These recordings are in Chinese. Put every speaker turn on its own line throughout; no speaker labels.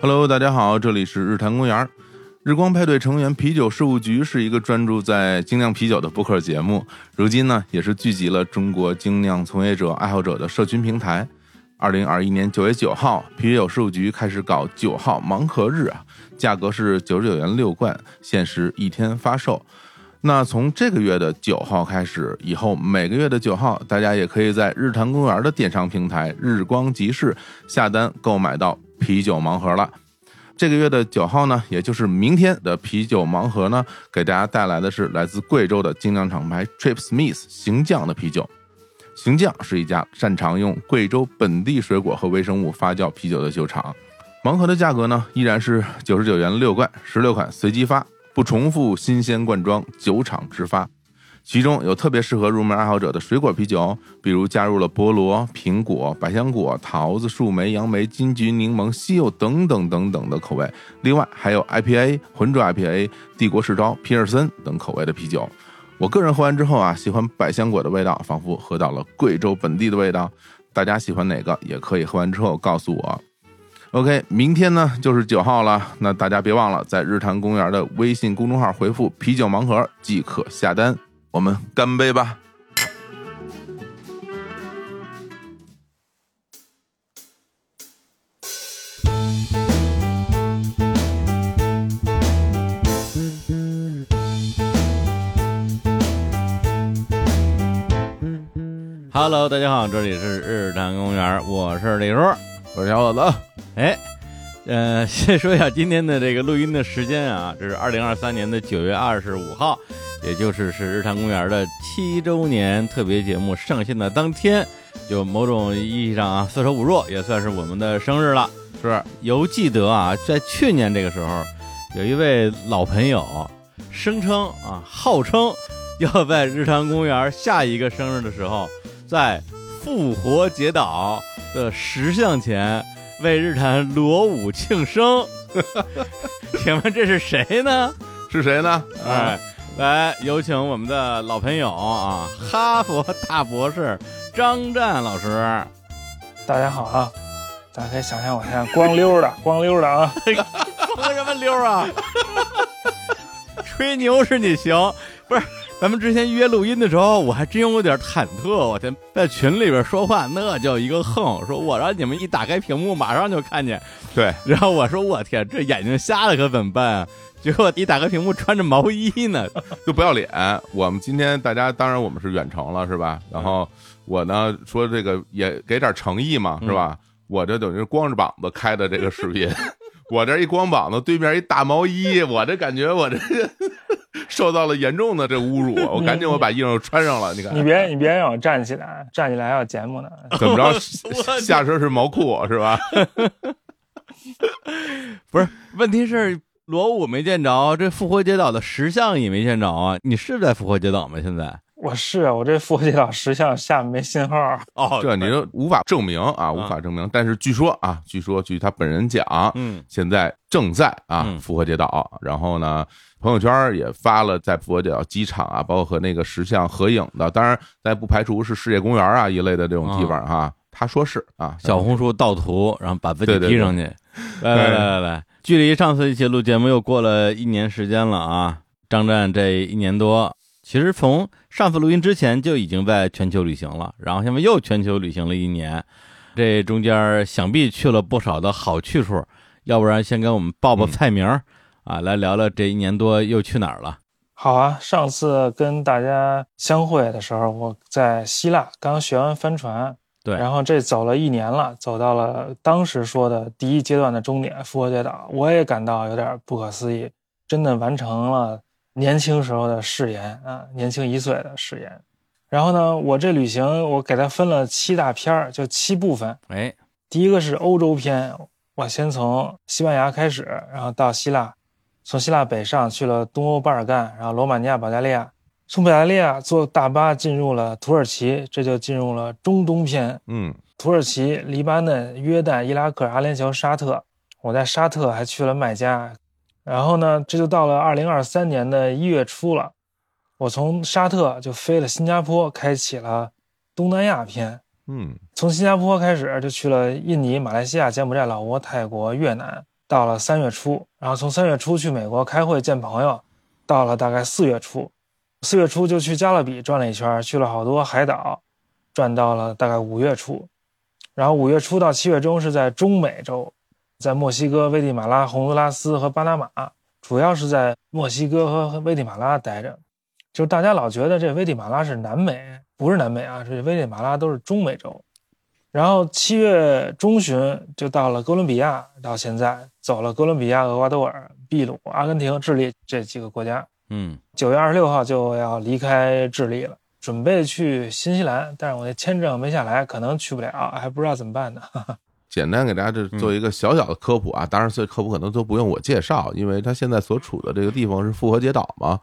Hello，大家好，这里是日坛公园儿。日光派对成员啤酒事务局是一个专注在精酿啤酒的播客节目，如今呢也是聚集了中国精酿从业者、爱好者的社群平台。二零二一年九月九号，啤酒事务局开始搞九号盲盒日啊，价格是九十九元六罐，限时一天发售。那从这个月的九号开始，以后每个月的九号，大家也可以在日坛公园的电商平台日光集市下单购买到啤酒盲盒了。这个月的九号呢，也就是明天的啤酒盲盒呢，给大家带来的是来自贵州的精酿厂牌 Trip Smith 行将的啤酒。行将是一家擅长用贵州本地水果和微生物发酵啤酒的酒厂。盲盒的价格呢，依然是九十九元六罐，十六款随机发，不重复新鲜灌装，酒厂直发。其中有特别适合入门爱好者的水果啤酒，比如加入了菠萝、苹果、百香果、桃子、树莓、杨梅、金桔、柠檬、西柚等等等等的口味。另外还有 IPA、浑浊 IPA、帝国世招、皮尔森等口味的啤酒。我个人喝完之后啊，喜欢百香果的味道，仿佛喝到了贵州本地的味道。大家喜欢哪个也可以喝完之后告诉我。OK，明天呢就是九号了，那大家别忘了在日坛公园的微信公众号回复“啤酒盲盒”即可下单。我们干杯吧！
Hello，大家好，这里是日坛公园，我是李叔。
我是小伙子，
哎，呃， 先说一下今天的这个录音的时间啊，这是二零二三年的九月二十五号，也就是是日坛公园的七周年特别节目上线的当天，就某种意义上啊，四舍五入也算是我们的生日了。
是
犹记得啊，在去年这个时候，有一位老朋友声称啊，号称要在日坛公园下一个生日的时候，在复活节岛的石像前为日坛罗舞庆生。 请问这是谁呢？
是谁呢？
哎，来有请我们的老朋友啊，哈佛大博士张湛老师。
大家好啊！大家可以想象我现在光溜达， 光溜达啊！
光什么溜啊？ 吹牛是你行，不是？咱们之前约录音的时候，我还真有点忐忑。我天，在群里边说话那叫一个横，说我让你们一打开屏幕，马上就看见。
对，
然后我说我天，这眼睛瞎了可怎么办啊？结果一打开屏幕，穿着毛衣呢。
就不要脸。我们今天大家当然我们是远程了，是吧？然后我呢说这个也给点诚意嘛，是吧？
嗯
我这等于光着膀子开的这个视频， 我这一光膀子，对面一大毛衣，我这感觉我这 受到了严重的这侮辱，啊我赶紧我把衣裳穿上了，你看
你别你别让我站起来，站起来还要节目呢。
怎么着
我？
下身是毛裤是 吧？
不是，问题是罗武没见着，这复活节岛的石像也没见着啊。你是在复活节岛吗？现在？
我是啊我这复活节岛石像下面没信号，
哦
这你就无法证明啊，无法证明。但是据说啊，据说据他本人讲，
嗯
现在正在啊
嗯
复活节岛，然后呢，朋友圈也发了在复活节岛机场啊，包括和那个石像合影的，当然，但不排除是世界公园啊一类的这种地方哈。他说是啊，
小红书盗图，然后把自
嗯
己
对对嗯
踢上去。来来来来来，距离上次一起录节目又过了一年时间了啊！张湛这一年多，其实从上次录音之前就已经在全球旅行了，然后现在又全球旅行了一年，这中间想必去了不少的好去处。要不然先给我们报报
嗯
菜名儿、啊，来聊聊这一年多又去哪儿了？
好啊！上次跟大家相会的时候，我在希腊刚学完帆船，
对
然后这走了一年了，走到了当时说的第一阶段的终点——复活节岛，我也感到有点不可思议，真的完成了年轻时候的誓言啊，年轻一岁的誓言。然后呢，我这旅行我给它分了七大片儿，就七部分。
哎，
第一个是欧洲篇，我先从西班牙开始，然后到希腊，从希腊北上去了东欧巴尔干，然后罗马尼亚、保加利亚，从保加利亚坐大巴进入了土耳其，这就进入了中东篇，
嗯，
土耳其、黎巴嫩、约旦、伊拉克、阿联酋、沙特。我在沙特还去了麦加，然后呢，这就到了二零二三年的一月初了。我从沙特就飞了新加坡，开启了东南亚篇。
嗯
从新加坡开始就去了印尼、马来西亚、柬埔寨、老挝、泰国、越南，到了三月初，然后从三月初去美国开会见朋友，到了大概四月初，四月初就去加勒比转了一圈，去了好多海岛，转到了大概五月初，然后五月初到七月中是在中美洲，在墨西哥、危地马拉、洪都拉斯和巴拿马，主要是在墨西哥和危地马拉待着。就是大家老觉得这危地马拉是南美，不是南美啊，这危地马拉都是中美洲。然后七月中旬就到了哥伦比亚，到现在走了哥伦比亚、厄瓜多尔、秘鲁、阿根廷、智利这几个国家。
嗯，
九月二十六号就要离开智利了，准备去新西兰，但是我那签证没下来，可能去不了，还不知道怎么办呢。
简单给大家这做一个小小的科普啊，当然这科普可能都不用我介绍，因为他现在所处的这个地方是复活节岛嘛。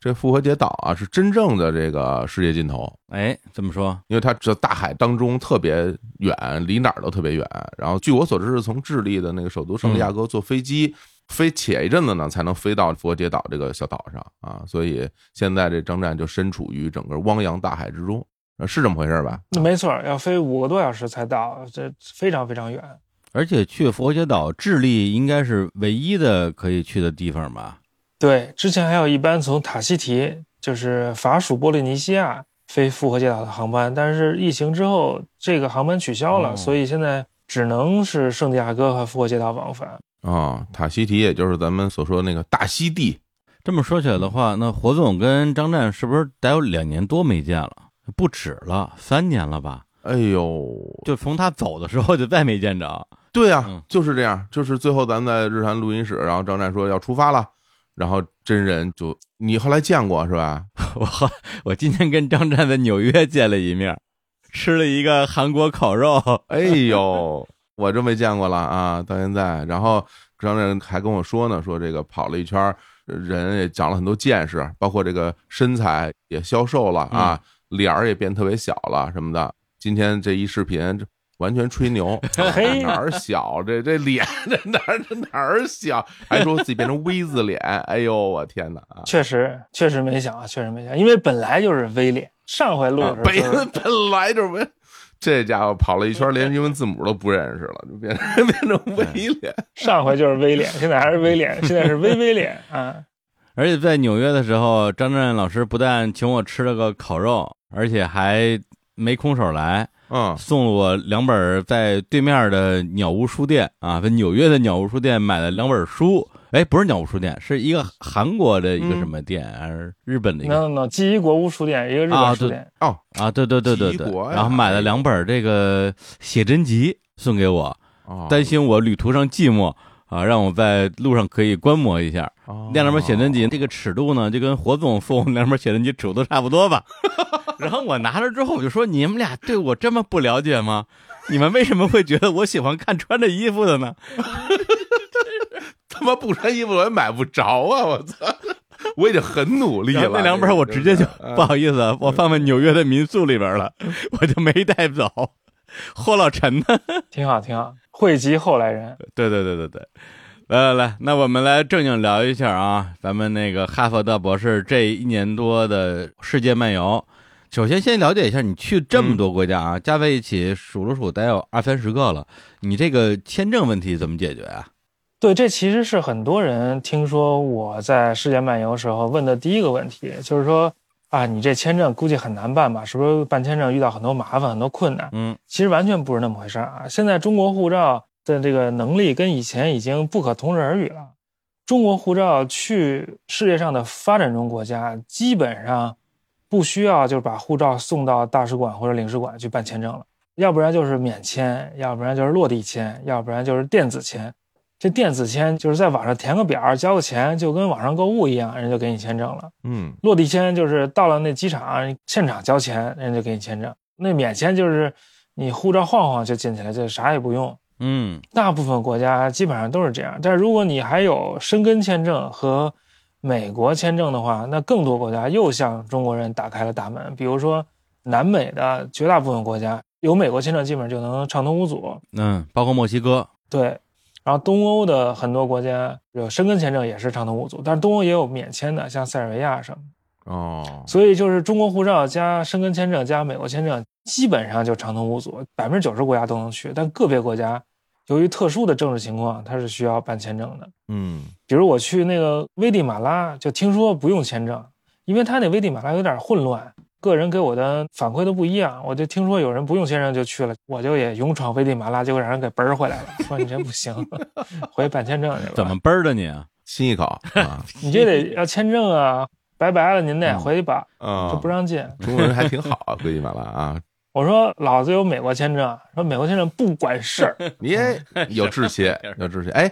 这复活节岛啊，是真正的这个世界尽头，
哎，这么说，
因为它这大海当中特别远，离哪儿都特别远。然后据我所知，是从智利的那个首都圣地亚哥坐飞机、飞且一阵子呢，才能飞到复活节岛这个小岛上啊。所以现在这张战就身处于整个汪洋大海之中，呃是这么回事儿吧？
没错，要飞五个多小时才到，这非常非常远。
而且去佛罗节岛，智利应该是唯一的可以去的地方吧？
对，之前还有一班从塔希提，就是法属波利尼西亚飞复活节岛的航班，但是疫情之后这个航班取消了，
哦
所以现在只能是圣地亚哥和复活节岛往返。
啊、塔希提也就是咱们所说的那个大溪地，
这么说起来的话，那火总跟张战是不是得有两年多没见了？不止了，三年了吧？
哎呦，
就从他走的时候就再没见着。
对呀、啊，
嗯
就是这样，就是最后咱们在日坛录音室，然后张战说要出发了，然后真人就你后来见过是吧？
我后我今天跟张战在纽约见了一面，吃了一个韩国烤肉。
哎呦，我真没见过了啊，到现在。然后张震还跟我说呢，说这个跑了一圈儿，人也长了很多见识，包括这个身材也消瘦了啊，脸儿也变特别小了什么的。今天这一视频。这完全吹牛，
嘿
哪儿小这这脸这哪儿这哪儿小，还说自己变成 V 字脸，哎呦我天哪啊！
确实，确实没想啊，确实没想，因为本来就是微脸，上回录
啊
的时候、
本
就是
本来就是为这家伙跑了一圈，连英文字母都不认识了，就变成变成威廉。
上回就是微脸，现在还是 微脸，现在是微微脸啊。
而且在纽约的时候，张震老师不但请我吃了个烤肉，而且还没空手来，
嗯，
啊送了我两本在对面的鸟屋书店啊，在纽约的鸟屋书店买了两本书。哎，不是鸟屋书店，是一个韩国的一个什么店，还是日本的一
no
个
no no，记忆国屋书店，一个日本
啊
书
对
店。
哦，
啊？对对对对
齐
对
国，呀
然后买了两本这个写真集送给我，
哦
担心我旅途上寂寞啊，让我在路上可以观摩一下。
哦
那两本写真集这个尺度呢，就跟火总送两本写真集尺度差不多吧。然后我拿着之后，我就说：“你们俩对我这么不了 解吗？你们为什么会觉得我喜欢看穿着衣服 的呢
他妈不穿衣服我也买不着啊！我操，我已经很努？”力
然
了。
后那两本我直接就
嗯
不好意思啊，我放在纽约的民宿里边了，我就没带走。 霍老陈呢？
挺好，挺好，惠及后来人。
对对对对对，来来来，那我们来正经聊一下啊，咱们那个哈佛大博士这一年多的世界漫游。首先，先了解一下，你去这么多国家啊，加在一起数了数，得有二三十个了。你这个签证问题怎么解决啊？
对，这其实是很多人听说我在世界漫游时候问的第一个问题，就是说啊，你这签证估计很难办吧？是不是办签证遇到很多麻烦、很多困难？
嗯，
其实完全不是那么回事儿啊！现在中国护照的这个能力跟以前已经不可同日而语了。中国护照去世界上的发展中国家，基本上不需要就是把护照送到大使馆或者领事馆去办签证了，要不然就是免签，要不然就是落地签，要不然就是电子签。这电子签就是在网上填个表儿，交个钱，就跟网上购物一样，人家就给你签证了。
嗯
落地签就是到了那机场现场交钱，人家就给你签证。那免签就是你护照晃晃就进去了，就啥也不用。
嗯，
大部分国家基本上都是这样，但是如果你还有申根签证和美国签证的话，那更多国家又向中国人打开了大门。比如说南美的绝大部分国家有美国签证，基本上就能畅通无阻。
嗯，包括墨西哥，
对，然后东欧的很多国家有申根签证也是畅通无阻，但是东欧也有免签的，像塞尔维亚什么的。
哦，
所以就是中国护照加申根签证加美国签证，基本上就畅通无阻，百分之九十国家都能去，但个别国家由于特殊的政治情况，它是需要办签证的。
嗯
比如我去那个危地马拉，就听说不用签证，因为他那危地马拉有点混乱，个人给我的反馈都不一样。我就听说有人不用签证就去了，我就也勇闯危地马拉，结果让人给嘣儿回来了，说你这不行， 回去办签证去吧。
怎么？奔儿的你啊？
亲一口 啊
你这得要签证啊！拜拜了，您得回去吧，
啊
这不让进。
中国人还挺好啊，危地马拉啊，
我说老子有美国签证，说美国签证不管事儿，
你 也有志气，有志气。哎，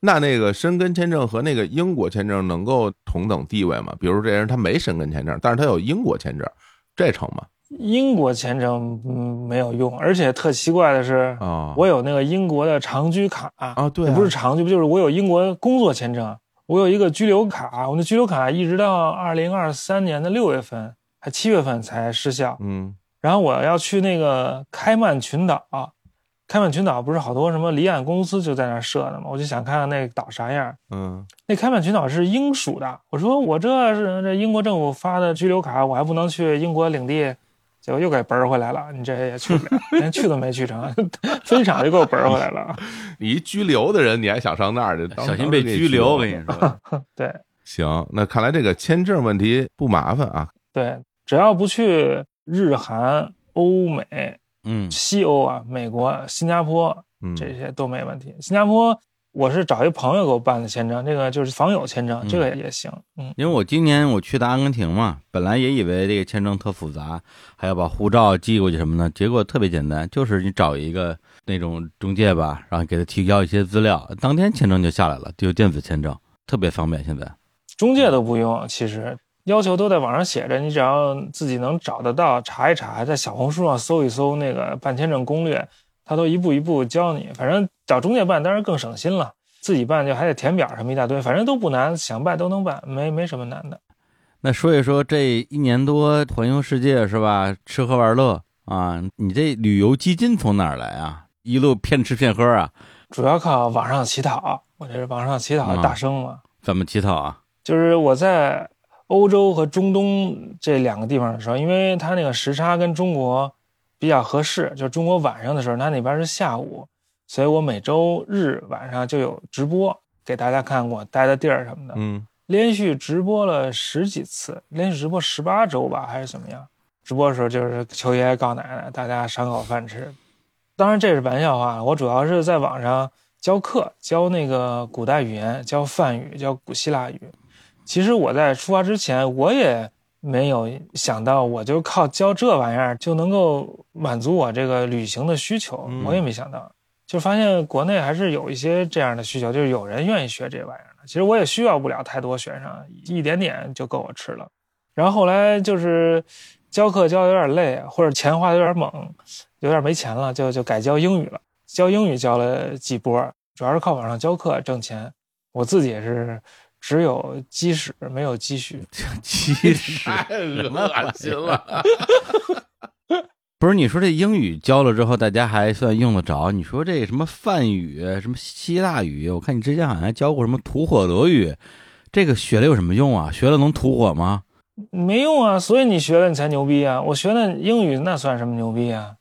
那那个申根签证和那个英国签证能够同等地位吗？比如这人他没申根签证，但是他有英国签证，这成吗？
英国签证嗯没有用，而且特奇怪的是，
啊，
我有那个英国的长居卡啊
啊，对
也
啊，
不是长居，就是我有英国工作签证，我有一个居留卡，我那居留卡一直到二零二三年的六月份还七月份才失效。
嗯
然后我要去那个开曼群岛，啊开曼群岛不是好多什么离岸公司就在那儿设的嘛，我就想看看那岛啥样。
嗯
那开曼群岛是英属的，我说我这是这英国政府发的居留卡，我还不能去英国领地，结果又给本儿回来了，你这也去不了，连去都没去成， 飞场就给我本儿回来了。
你一拘留的人，你还想上那儿去？当
小心被拘留，我
当
跟。
时给
你说。
对，
行，那看来这个签证问题不麻烦啊。
对，只要不去日韩、欧美、
嗯
西欧啊、美国、新加坡
嗯，
这些都没问题。新加坡我是找一朋友给我办的签证，这个就是访友签证，这个也行。嗯，
因为我今年我去的阿根廷嘛，本来也以为这个签证特复杂，还要把护照寄过去什么的，结果特别简单，就是你找一个那种中介吧，然后给他提交一些资料，当天签证就下来了，就电子签证，特别方便。现在，
中介都不用，其实要求都在网上写着，你只要自己能找得到，查一查，在小红书上搜一搜那个办签证攻略，他都一步一步教你。反正找中介办当然更省心了，自己办就还得填表什么一大堆，反正都不难，想办都能办，没没什么难的。
那说一说这一年多环游世界是吧？吃喝玩乐啊，你这旅游基金从哪儿来啊？一路骗吃骗喝啊？
主要靠网上乞讨，我这是网上乞讨的大生嘛。
怎么乞讨啊？
就是我在欧洲和中东这两个地方的时候，因为它那个时差跟中国比较合适，就是中国晚上的时候，它那边是下午，所以我每周日晚上就有直播给大家看我待的地儿什么的，
嗯
连续直播了十几次，连续直播十八周吧，还是怎么样？直播的时候就是求爷爷告奶奶，大家赏口饭吃。当然这是玩笑话，我主要是在网上教课，教那个古代语言，教梵语，教古希腊语。其实我在出发之前，我也没有想到，我就靠教这玩意儿就能够满足我这个旅行的需求
嗯，
我也没想到。就发现国内还是有一些这样的需求，就是有人愿意学这玩意儿的。其实我也需要不了太多学生，一点点就够我吃了。然后后来就是教课教的有点累，或者钱花的有点猛，有点没钱了，就就改教英语了。教英语教了几波，主要是靠网上教课挣钱。我自己也是只有积食没有积蓄，
其实
太恶心了。
不是你说这英语教了之后，大家还算用得着？你说这什么梵语、什么希腊语，我看你之前好像还教过什么吐火德语，这个学了有什么用啊？学了能吐火吗？
没用啊。所以你学了你才牛逼啊！我学了英语那算什么牛逼啊？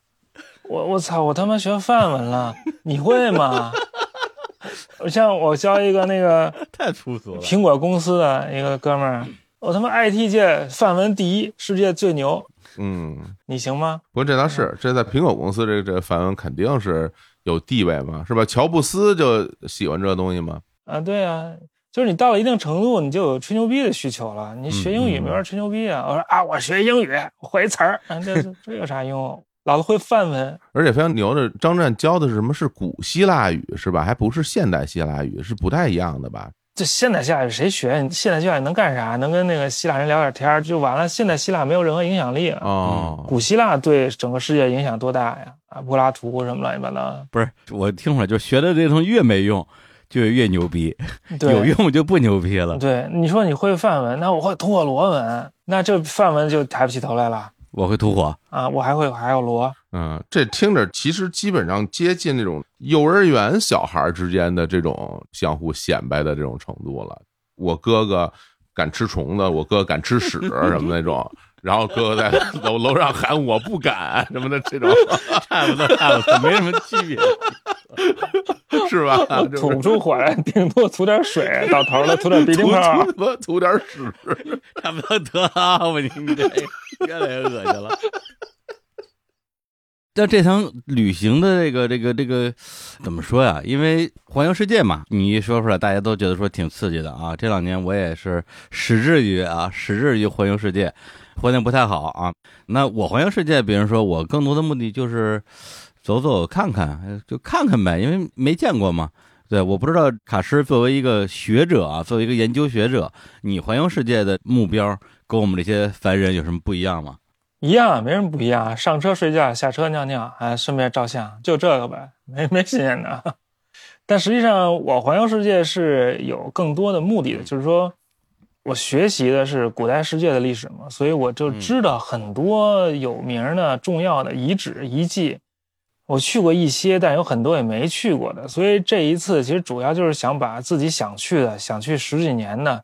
我我操！我他妈学范文了，你会吗？ 像我教一个那个
太粗俗了
苹果公司的一个哥们儿，我他妈 IT 界范文第一，世界最牛，
嗯，
你行吗？
不过这倒是，这在苹果公司这这梵文肯定是有地位嘛，是吧？乔布斯就喜欢这东西嘛。
啊，对啊，就是你到了一定程度，你就有吹牛逼的需求了。你学英语
嗯嗯
没法吹牛逼啊！我说啊，我学英语，我会词儿，啊这这这有啥用？老子会范文，
而且非常牛的，张湛教的是什么？是古希腊语是吧？还不是现代希腊语，是不太一样的吧？
这现代希腊语谁学？你现代希腊语能干啥？能跟那个希腊人聊点天儿就完了。现代希腊没有任何影响力啊。
哦，
古希腊对整个世界影响多大呀？啊，柏拉图什么乱七八糟
不是，我听出来，就是学的这东西越没用，就越牛逼，
的，对
有用就不牛逼
啊
了。
对，你说你会范文，那我会吐火罗文，那这范文就抬不起头来了
我会吐火，
啊！我还会我还有罗，
嗯，这听着其实基本上接近那种幼儿园小孩之间的这种相互显摆的这 种程度了。我哥哥敢吃虫子，我哥敢吃屎什么那种，
然后哥哥在楼楼上喊我不敢什么的， 这种
差不多，差不多，没什么区别。
啊是吧？就是
吐不出火来， 顶多吐点水，到头了吐点鼻涕
涂
泡。
涂涂涂点屎，
差不多得啊！我你你这越来越恶心了。 但这趟旅行的这个这个这个怎么说呀？因为环游世界嘛，你一说出来，大家都觉得说挺刺激的啊。这两年我也是矢志于啊，矢志于环游世界，环的不太好啊。那我环游世界，比如说我更多的目的就是走走看看，呃就看看呗，因为没见过嘛。对，我不知道卡诗作为一个学者啊，作为一个研究学者，你环游世界的目标跟我们这些凡人有什么不一样吗？
一样，没什么不一样。啊上车睡觉，下车尿尿，啊，顺便照相，就这个呗，没没新鲜的。 但实际上，我环游世界是有更多的目的的，就是说，我学习的是古代世界的历史嘛，所以我就知道很多有名儿的、重要的遗址遗迹。我去过一些，但有很多也没去过的，所以这一次其实主要就是想把自己想去的、想去十几年的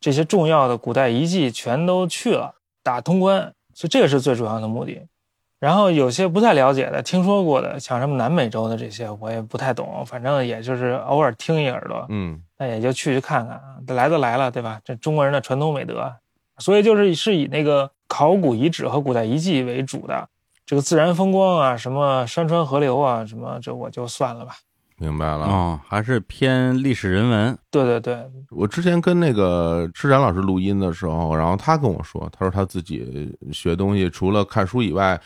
这些重要的古代遗迹全都去了，打通关，所以这个是最主要的目的。然后有些不太了解的、听说过的，像什么南美洲的这些，我也不太懂，反正也就是偶尔听一耳朵，
嗯，
那也就去去看看啊。来都来了，对吧？这中国人的传统美德，啊所以就是是以那个考古遗址和古代遗迹为主的，这个自然风光啊，什么山川河流啊，什么这我就算了吧。
明白了。
哦，还是偏历史人文。
对对对，
我之前跟那个施展老师录音的时候，然后他跟我说，他说他自己学东西除了看书以外，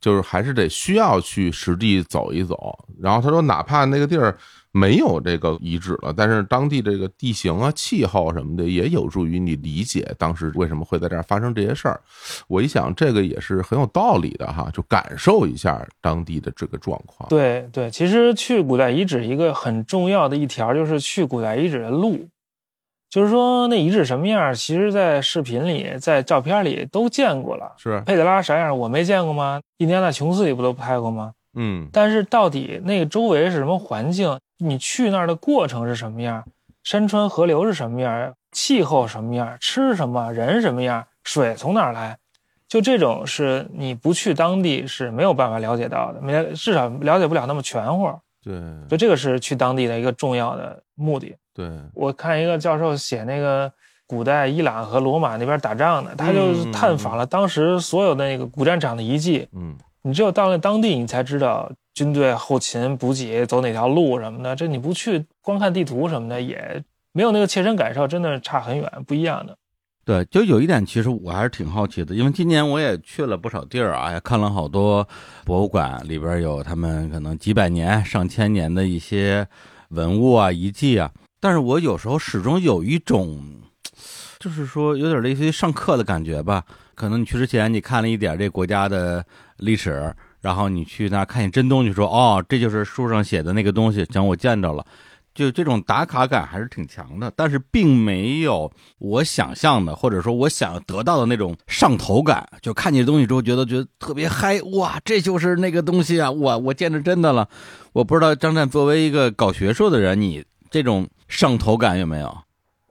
就是还是得需要去实地走一走。然后他说，哪怕那个地儿没有这个遗址了，但是当地这个地形啊、气候什么的，也有助于你理解当时为什么会在这儿发生这些事儿。我一想，这个也是很有道理的哈，就感受一下当地的这个状况。
对对，其实去古代遗址一个很重要的一条就是去古代遗址的路，就是说那遗址什么样儿，其实在视频里、在照片里都见过了。
是，
佩德拉啥样儿我没见过吗？印第安纳琼斯里不都拍过吗？
嗯，
但是到底那个周围是什么环境，你去那儿的过程是什么样儿，山川河流是什么样儿，气候什么样儿，吃什么，人什么样儿，水从哪儿来，就这种是你不去当地是没有办法了解到的，没至少了解不了那么全乎儿。
对
所以这个是去当地的一个重要的目的。
对，
我看一个教授写那个古代伊朗和罗马那边打仗的，他
嗯
就探访了当时所有的那个古战场的遗迹，
嗯，
你只有到了当地，你才知道军队后勤补给走哪条路什么的。这你不去光看地图什么的，也没有那个切身感受，真的差很远，不一样的。
对，就有一点，其实我还是挺好奇的，因为今年我也去了不少地儿啊，也看了好多博物馆，里边有他们可能几百年、 上千年的一些文物啊、遗迹啊。但是我有时候始终有一种，就是说有点类似于上课的感觉吧。可能你去之前，你看了一点这国家的历史，然后你去那儿看见真东西，说哦，这就是书上写的那个东西，讲我见着了。就这种打卡感还是挺强的，但是并没有我想象的，或者说我想得到的那种上头感。就看见东西之后，觉得觉得特别嗨，哇，这就是那个东西啊！哇，我见着真的了。我不知道张湛作为一个搞学术的人，你这种上头感有没有？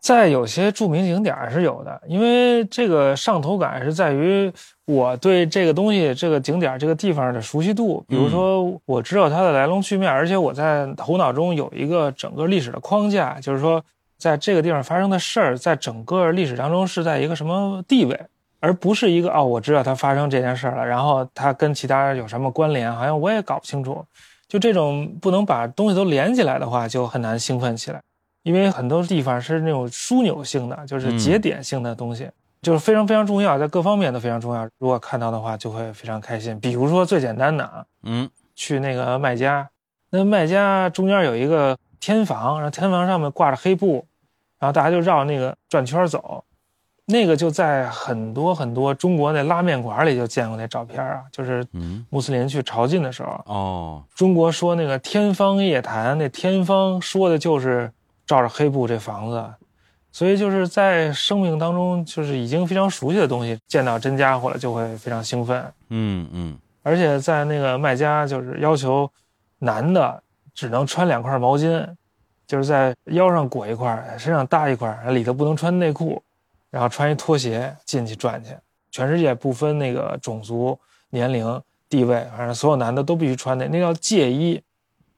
在有些著名景点儿是有的，因为这个上头感是在于我对这个东西、这个景点儿、这个地方的熟悉度。比如说，我知道它的来龙去脉，而且我在头脑中有一个整个历史的框架，就是说，在这个地方发生的事儿，在整个历史当中是在一个什么地位，而不是一个哦，我知道它发生这件事儿了，然后它跟其他有什么关联，好像我也搞不清楚。就这种不能把东西都连起来的话，就很难兴奋起来。因为很多地方是那种枢纽性的，就是节点性的东西，就是非常非常重要，在各方面都非常重要。如果看到的话，就会非常开心。比如说最简单的啊，
嗯
去那个麦家，那麦家中间有一个天房，然后天房上面挂着黑布，然后大家就绕那个转圈走。那个就在很多很多中国那拉面馆里就见过那照片啊，就是
嗯，
穆斯林去朝觐的时候，
哦，
中国说那个天方夜谭，那天方说的就是照着黑布这房子，所以就是在生命当中，就是已经非常熟悉的东西，见到真家伙了就会非常兴奋。
嗯嗯，
而且在那个卖家就是要求男的只能穿两块毛巾，就是在腰上裹一块，身上搭一块，里头不能穿内裤，然后穿一拖鞋进去转去。全世界不分那个种族、年龄、地位，反正所有男的都必须穿那，那叫戒衣。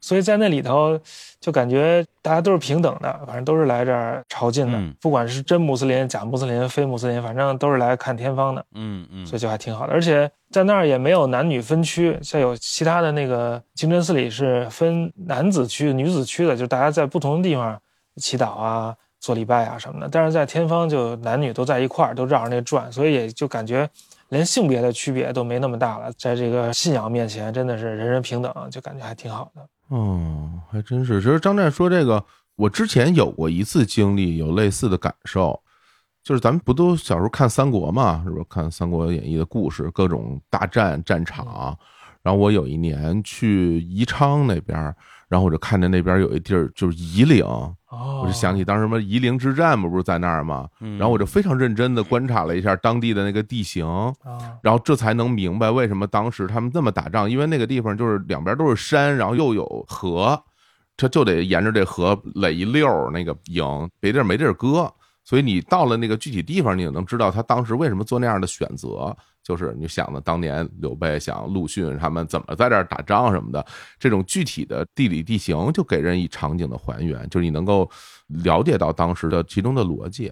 所以在那里头，就感觉大家都是平等的，反正都是来这儿朝觐的，
嗯
不管是真穆斯林、假穆斯林、非穆斯林，反正都是来看天方的。
嗯嗯
所以就还挺好的。而且在那儿也没有男女分区，像有其他的那个清真寺里是分男子区、女子区的，就大家在不同的地方祈祷啊、做礼拜啊什么的。但是在天方就男女都在一块儿，都绕着那转，所以也就感觉连性别的区别都没那么大了。在这个信仰面前，真的是人人平等，就感觉还挺好的。
哦，还真是。其实张湛说这个，我之前有过一次经历，有类似的感受，就是咱们不都小时候看三国嘛，是不是？看《三国演义》的故事，各种大战战场。然后我有一年去宜昌那边儿，然后我就看见那边有一地儿就是夷陵，
哦
我就想起当时什么夷陵之战嘛，不是在那儿吗？
嗯
然后我就非常认真的观察了一下当地的那个地形，
啊，
然后这才能明白为什么当时他们那么打仗，因为那个地方就是两边都是山，然后又有河，这就得沿着这河垒一溜儿那个营，别地儿没地儿搁。所以你到了那个具体地方，你也能知道他当时为什么做那样的选择。就是你想的，当年刘备想陆逊他们怎么在这儿打仗什么的，这种具体的地理地形就给人以场景的还原，就是你能够了解到当时的其中的逻辑。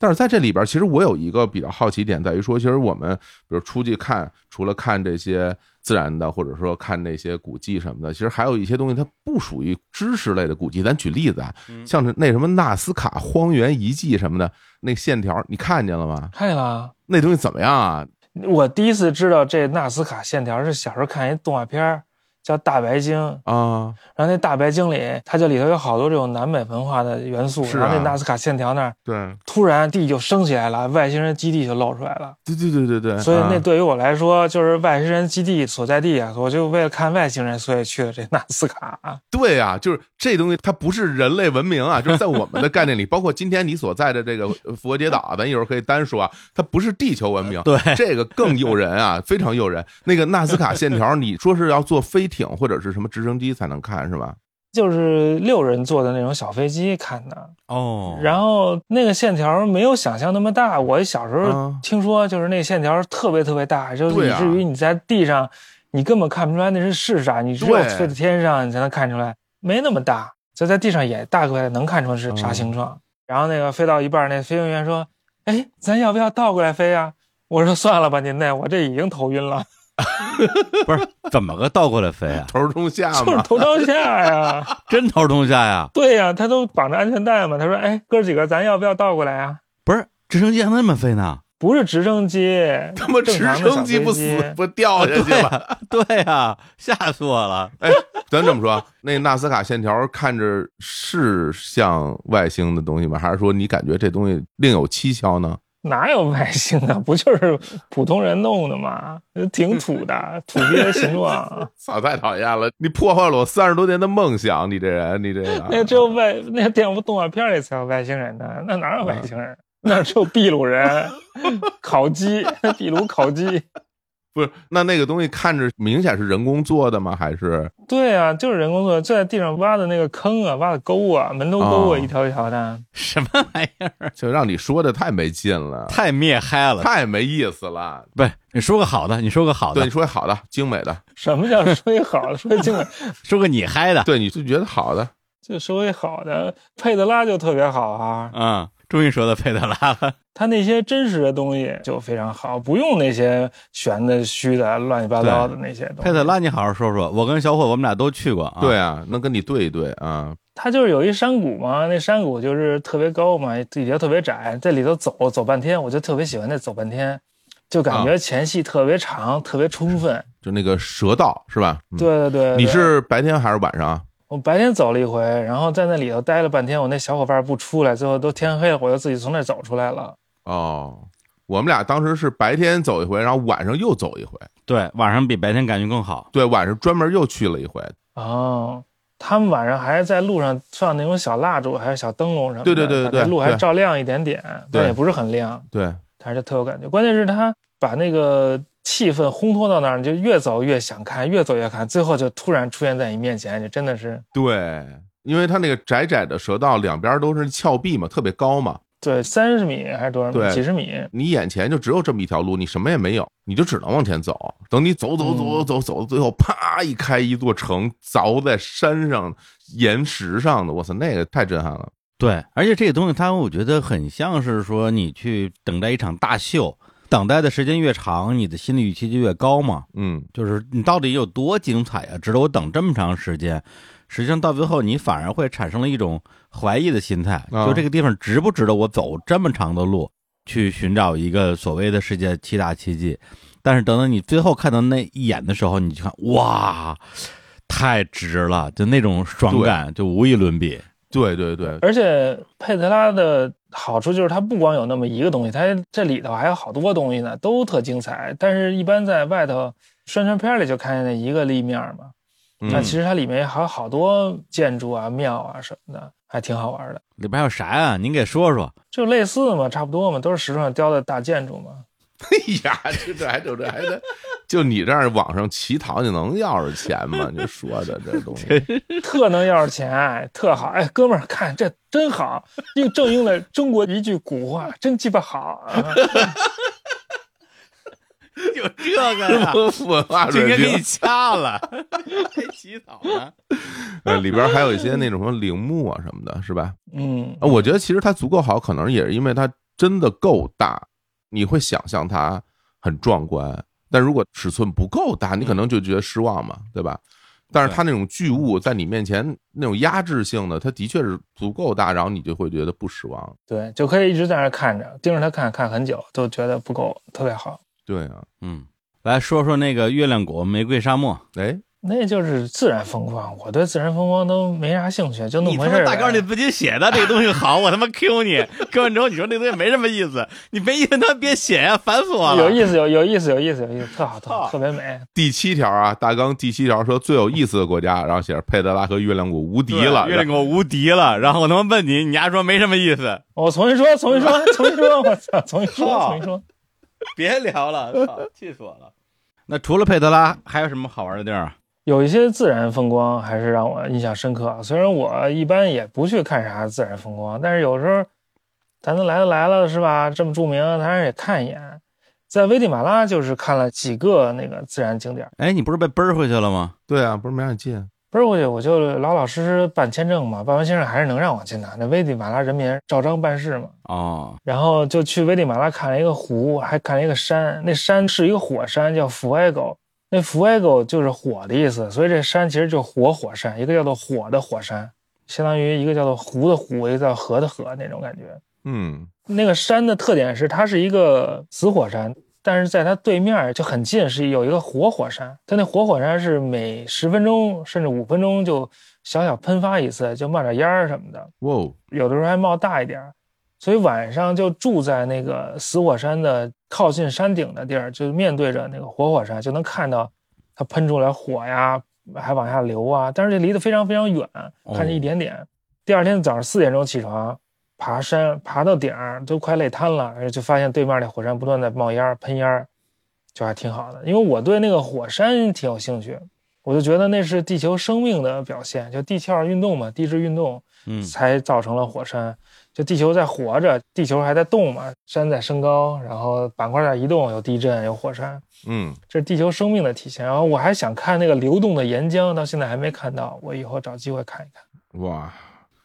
但是在这里边，其实我有一个比较好奇点在于说，其实我们比如出去看，除了看这些自然的，或者说看那些古迹什么的，其实还有一些东西它不属于知识类的古迹。咱举例子啊，
嗯
像是那什么纳斯卡荒原遗迹什么的，那线条你看见了吗？
看见了啊。
那东西怎么样啊？
我第一次知道这纳斯卡线条是小时候看一动画片儿叫《大白鲸》，
啊，
然后那大白鲸里，它就里头有好多这种南美文化的元素。
是啊
然后那纳斯卡线条那儿，
对，
突然地就升起来了，外星人基地就露出来了。
对对对对对，
所以那
啊
对于我来说，就是外星人基地所在地啊，我就为了看外星人，所以去了这纳斯卡。
对啊，就是这东西它不是人类文明啊，就是在我们的概念里，包括今天你所在的这个复活节岛啊，咱一会儿可以单说啊，它不是地球文明，
对，
这个更诱人啊，非常诱人。那个纳斯卡线条，你说是要坐飞艇或者是什么直升机才能看是吧？
就是六人坐的那种小飞机看的，
哦，
然后那个线条没有想象那么大。我小时候
啊
听说，就是那线条特别特别大，就是
对
以
啊
至于你在地上，你根本看不出来那是是啥，你只有
对
飞到天上你才能看出来，没那么大。就在地上也大概能看出来是
嗯
啥形状。然后那个飞到一半，那飞行员说：“哎，咱要不要倒过来飞啊？”我说：“算了吧，您那我这已经头晕了，
不是怎么个倒过来飞啊？
头儿冲下
就是
嘛，
头朝下呀。”
真头冲下呀？
对呀、他都绑着安全带嘛。他说：“哎，哥几个，咱要不要倒过来啊？”
不是直升机还那么飞呢？
不是直升机，
他妈直
正常的小
升机不
飞
死不掉
哦
下去吧？
对呀，吓死我了！
哎，咱这么说，那纳斯卡线条看着是像外星的东西吗？还是说你感觉这东西另有蹊跷 呢？
哪有外星啊？不就是普通人弄的吗？挺土的，土鳖的形状。啊
操，太讨厌了！你破坏了我三十多年的梦想，你这人，你这个
那只有外，那电动画片里才有外星人呢，那哪有外星人？那只有秘鲁人，烤鸡，秘鲁烤鸡。
不是？那那个东西看着明显是人工做的吗？还是
对啊，就是人工作，就在地上挖的那个坑啊，挖的沟啊，门头沟
哦
啊，一条一条的。
什么玩意儿？
就让你说的太没劲了，
太灭 嗨 了！
太没意思了？
不是，你说个好的，你说个好
对，
的
你，说好的、精美的，
什么叫说一好的， 说一精美？
说个你嗨的。
对，你就觉得好的，
就说一好的，佩德拉就特别好啊。
嗯，终于说到佩德拉了。
他那些真实的东西就非常好，不用那些玄的、虚的、乱七八糟的那些东西。
佩德，拉，你好好说说。我跟小伙我们俩都去过啊。
对啊，能跟你对一对啊，
它就是有一山谷嘛，那山谷就是特别高嘛，底下特别窄，在里头走走半天，我就特别喜欢那走半天，就
啊
感觉前戏特别长，特别充分。
就那个蛇道是吧？嗯、
对对对，
你
对
是白天还是晚上啊？
我白天走了一回，然后在那里头待了半天，我那小伙伴不出来，最后都天黑了，我就自己从那儿走出来了。
哦，我们俩当时是白天走一回，然后晚上又走一回，
对，晚上比白天感觉更好。
对，晚上专门又去了一回，
哦，他们晚上还在路上放那种小蜡烛，还有小灯笼什么的，
对对对对
把那路还
对
照亮一点点，
对
但也不是很亮，
对，
但是就特有感觉。关键是他把那个气氛烘托到那儿，你就越走越想看，越走越看，最后就突然出现在你面前，就真的是
对，因为它那个窄窄的蛇道两边都是峭壁嘛，特别高嘛，
对，三十米还是多少
对
米？几十米？
你眼前就只有这么一条路，你什么也没有，你就只能往前走。等你走走走走走，最后啪一开一座城，凿在山上岩石上的，我操，那个太震撼了。
对，而且这个东西它我觉得很像是说你去等待一场大秀，等待的时间越长，你的心理预期就越高嘛。
嗯，
就是你到底有多精彩啊，值得我等这么长时间？实际上到最后，你反而会产生了一种怀疑的心态，
啊
就这个地方值不值得我走这么长的路去寻找一个所谓的世界七大奇迹？但是等等你最后看到那一眼的时候，你就看哇，太值了，就那种爽感就无与伦比。
对对对，
而且佩特拉的好处就是它不光有那么一个东西，它这里头还有好多东西呢，都特精彩。但是，一般在外头宣传片里就看见那一个立面嘛。那
嗯
其实它里面还有好多建筑啊、庙啊什么的，还挺好玩的。
里边还有啥呀、您给说说。
就类似嘛，差不多嘛，都是石头上雕的大建 筑嘛。
哎呀，这这还这这还这，就你这样网上乞讨，你能要着钱吗？你说的这东西，
特能要着钱，特好。哎，哥们儿，看这真好，应正应了中国一句古话，真鸡巴 好。啊
有这个 呀
文化水平。
掐了， 还洗澡呢？
呃，里边还有一些那种什么陵墓啊什么的，是吧？
嗯，
啊我觉得其实它足够好，可能也是因为它真的够大，你会想象它很壮观。但如果尺寸不够大，你可能就觉得失望嘛，对吧？但是它那种巨物在你面前那种压制性的，它的确是足够大，然后你就会觉得不失望。
对，就可以一直在那儿看着，盯着它看看很久，都觉得不够，特别好。
对啊，
嗯，来说说那个月亮国玫瑰沙漠。
哎，
那就是自然风光，我对自然风光都没啥兴趣，就那
你
么
他
回事
妈
儿。
大纲里自己写的这个东西好，我他妈 Q 你，Q 完之后你说那东西没什么意思，你没意思他妈别写呀、烦死我了。
有意思，有有意思，有意思，有意思，特好，特
操
好，特别美。
第七条啊，大纲第七条说最有意思的国家，然后写着佩德拉和月亮谷无敌
对
了。
月亮国无敌了。然后我他妈问你，你丫说没什么意思，
我哦重新说，重新说，重新说，我操，重新说，
操
重新说。
别聊了，操，气死我了。那除了佩德拉，还有什么好玩的地儿啊？
有一些自然风光还是让我印象深刻。啊虽然我一般也不去看啥自然风光，但是有时候咱都来都来了是吧？这么著名，当然也看一眼。在危地马拉就是看了几个那个自然景点，
哎，你不是被奔儿回去了吗？
对啊，不是没让你进。
不是我就我就老老实实办签证嘛，办完签证还是能让我进的。那危地马拉人民照章办事嘛。
哦，
然后就去危地马拉看了一个湖，还看了一个山。那山是一个火山，叫福埃狗。那福埃狗就是火的意思，所以这山其实就是活火山，一个叫做火的火山，相当于一个叫做湖的湖，一个叫河的河那种感觉。
嗯，
那个山的特点是它是一个死火山，但是在它对面就很近是有一个活火山，它那活火山是每十分钟甚至五分钟就小小喷发一次，就冒点烟儿什么的。
哇哦，
有的时候还冒大一点儿，所以晚上就住在那个死火山的靠近山顶的地儿，就面对着那个活火山，就能看到它喷出来火呀，还往下流啊。但是这离得非常非常远，看见一点点。第二天早上四点钟起床，爬山爬到顶儿都快累瘫了，然后就发现对面那火山不断在冒烟儿喷烟儿，就还挺好的。因为我对那个火山挺有兴趣，我就觉得那是地球生命的表现，就地壳运动嘛，地质运动。
嗯，
才造成了火山。就地球在活着，地球还在动嘛，山在升高，然后板块在移动，有地震，有火山，
嗯，
这是地球生命的体现。然后我还想看那个流动的岩浆，到现在还没看到，我以后找机会看一看。
哇，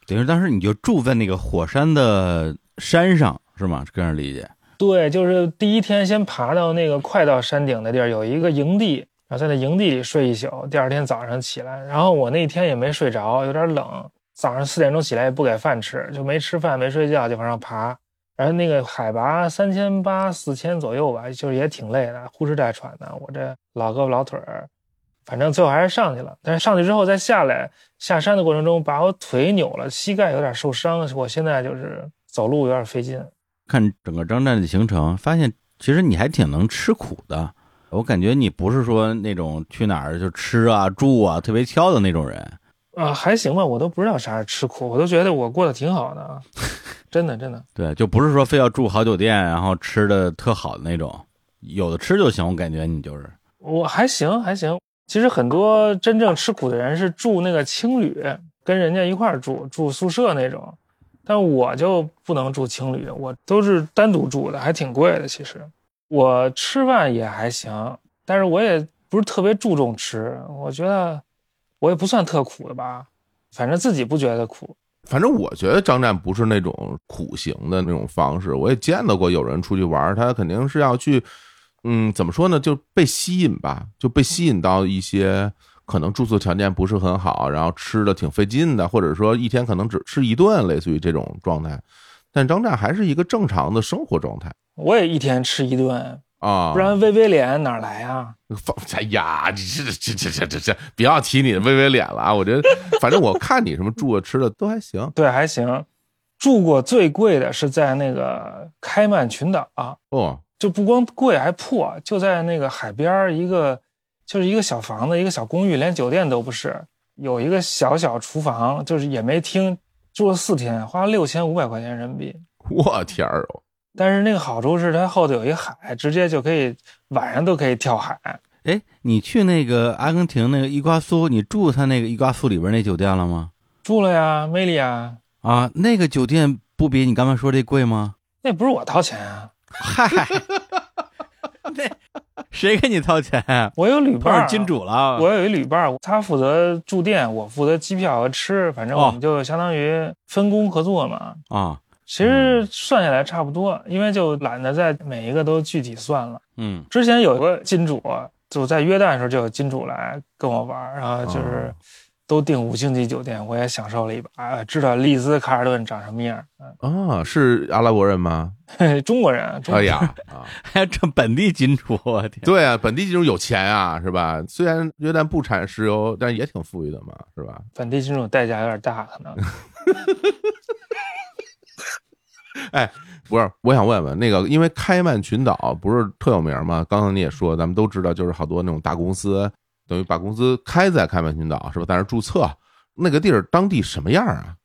等于是当时你就住在那个火山的山上是吗？这样理解？
对，就是第一天先爬到那个快到山顶的地儿，有一个营地，然后在那营地里睡一宿，第二天早上起来，然后我那天也没睡着，有点冷，早上四点钟起来也不给饭吃，就没吃饭没睡觉就往上爬，然后那个海拔三千八四千左右吧，就是也挺累的，呼哧带喘的，我这老胳膊老腿儿，反正最后还是上去了，但是上去之后再下来，下山的过程中把我腿扭了，膝盖有点受伤，我现在就是走路有点费劲。
看整个张站的行程，发现其实你还挺能吃苦的。我感觉你不是说那种去哪儿就吃啊住啊特别挑的那种人。
啊、还行吧，我都不知道啥是吃苦，我都觉得我过得挺好的，啊，真的真的。
对，就不是说非要住好酒店，然后吃的特好的那种，有的吃就行。我感觉你就是，
我还行还行。其实很多真正吃苦的人是住那个青旅，跟人家一块儿住，住宿舍那种。但我就不能住青旅，我都是单独住的，还挺贵的。其实我吃饭也还行，但是我也不是特别注重吃，我觉得我也不算特苦的吧，反正自己不觉得苦。
反正我觉得张湛不是那种苦行的那种方式，我也见到过有人出去玩儿，他肯定是要去，嗯，怎么说呢，就被吸引吧，就被吸引到一些可能住宿条件不是很好，然后吃的挺费劲的，或者说一天可能只吃一顿，类似于这种状态。但张湛还是一个正常的生活状态
我也一天吃一顿，
啊，
不然微微脸哪儿来啊？
放 哎呀，你这这这这这这，不要提你的微微脸了啊！我觉得，反正我看你什么住的啊吃的都还行。
对，还行。住过最贵的是在那个开曼群岛、啊
哦，
就不光贵还破，就在那个海边儿一个，就是一个小房子，一个小公寓，连酒店都不是，有一个小小厨房，就是也没厅，住了四天，花六千五百块钱人民币。
我天儿哦，
但是那个好处是它后头有一海，直接就可以晚上都可以跳海。
哎，你去那个阿根廷那个伊瓜苏，你住他那个伊瓜苏里边那酒店了吗？
住了呀，梅丽啊，
啊，那个酒店不比你刚才说这贵 吗？
那不是我掏钱啊，
嗨，那谁给你掏钱？
我有旅
碰
伴、
上
啊，
金主了，
我有一旅伴儿，他负责住店，我负责机票和吃，反正我们就相当于分工合作嘛。
啊，
其实算下来差不多，因为就懒得在每一个都具体算了。
嗯
之前有个金主，就在约旦的时候就有金主来跟我玩儿，然后就是都订五星级酒店，我也享受了一把，呃知道利兹卡尔顿长什么样儿。
啊，是阿拉伯人吗？
嗯 中国人，中国
哎
人
呀啊，
还 要挣本地金主，我天，
对啊，本地就是有钱啊，是吧？虽然约旦不产石油，但也挺富裕的嘛，是吧？
本地金主代价有点大，可能
不是，我想问问那个，因为开曼群岛不是特有名吗？刚刚你也说，咱们都知道，就是好多那种大公司，等于把公司开在开曼群岛，是吧？在那儿注册，那个地儿当地什么样啊？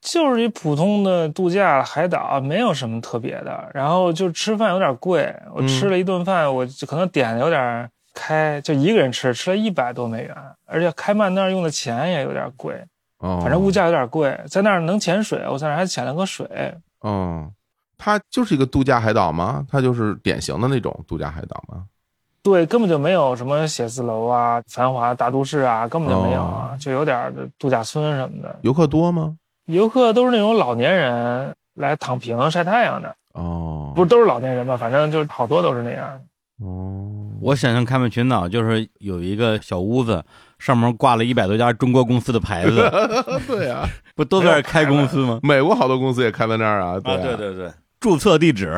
就是一普通的度假海岛，没有什么特别的。然后就吃饭有点贵，我
嗯
吃了一顿饭，我就可能点的有点开，就一个人吃，吃了一百多美元，而且开曼那儿用的钱也有点贵。
哦，
反正物价有点贵，在那儿能潜水，我在那儿还潜了个水。
哦，它就是一个度假海岛吗？它就是典型的那种度假海岛吗？
对，根本就没有什么写字楼啊、繁华大都市啊，根本就没有啊，就有点儿度假村什么的。
游客多吗？
游客都是那种老年人来躺平晒太阳的，
哦，
不是都是老年人吧？反正就是好多都是那样。
哦，
我想象开曼群岛就是有一个小屋子，上面挂了一百多家中国公司的牌子，
对啊，
不都在这儿开公司 吗？
美国好多公司也开在那儿啊，对啊
对对，注册地址，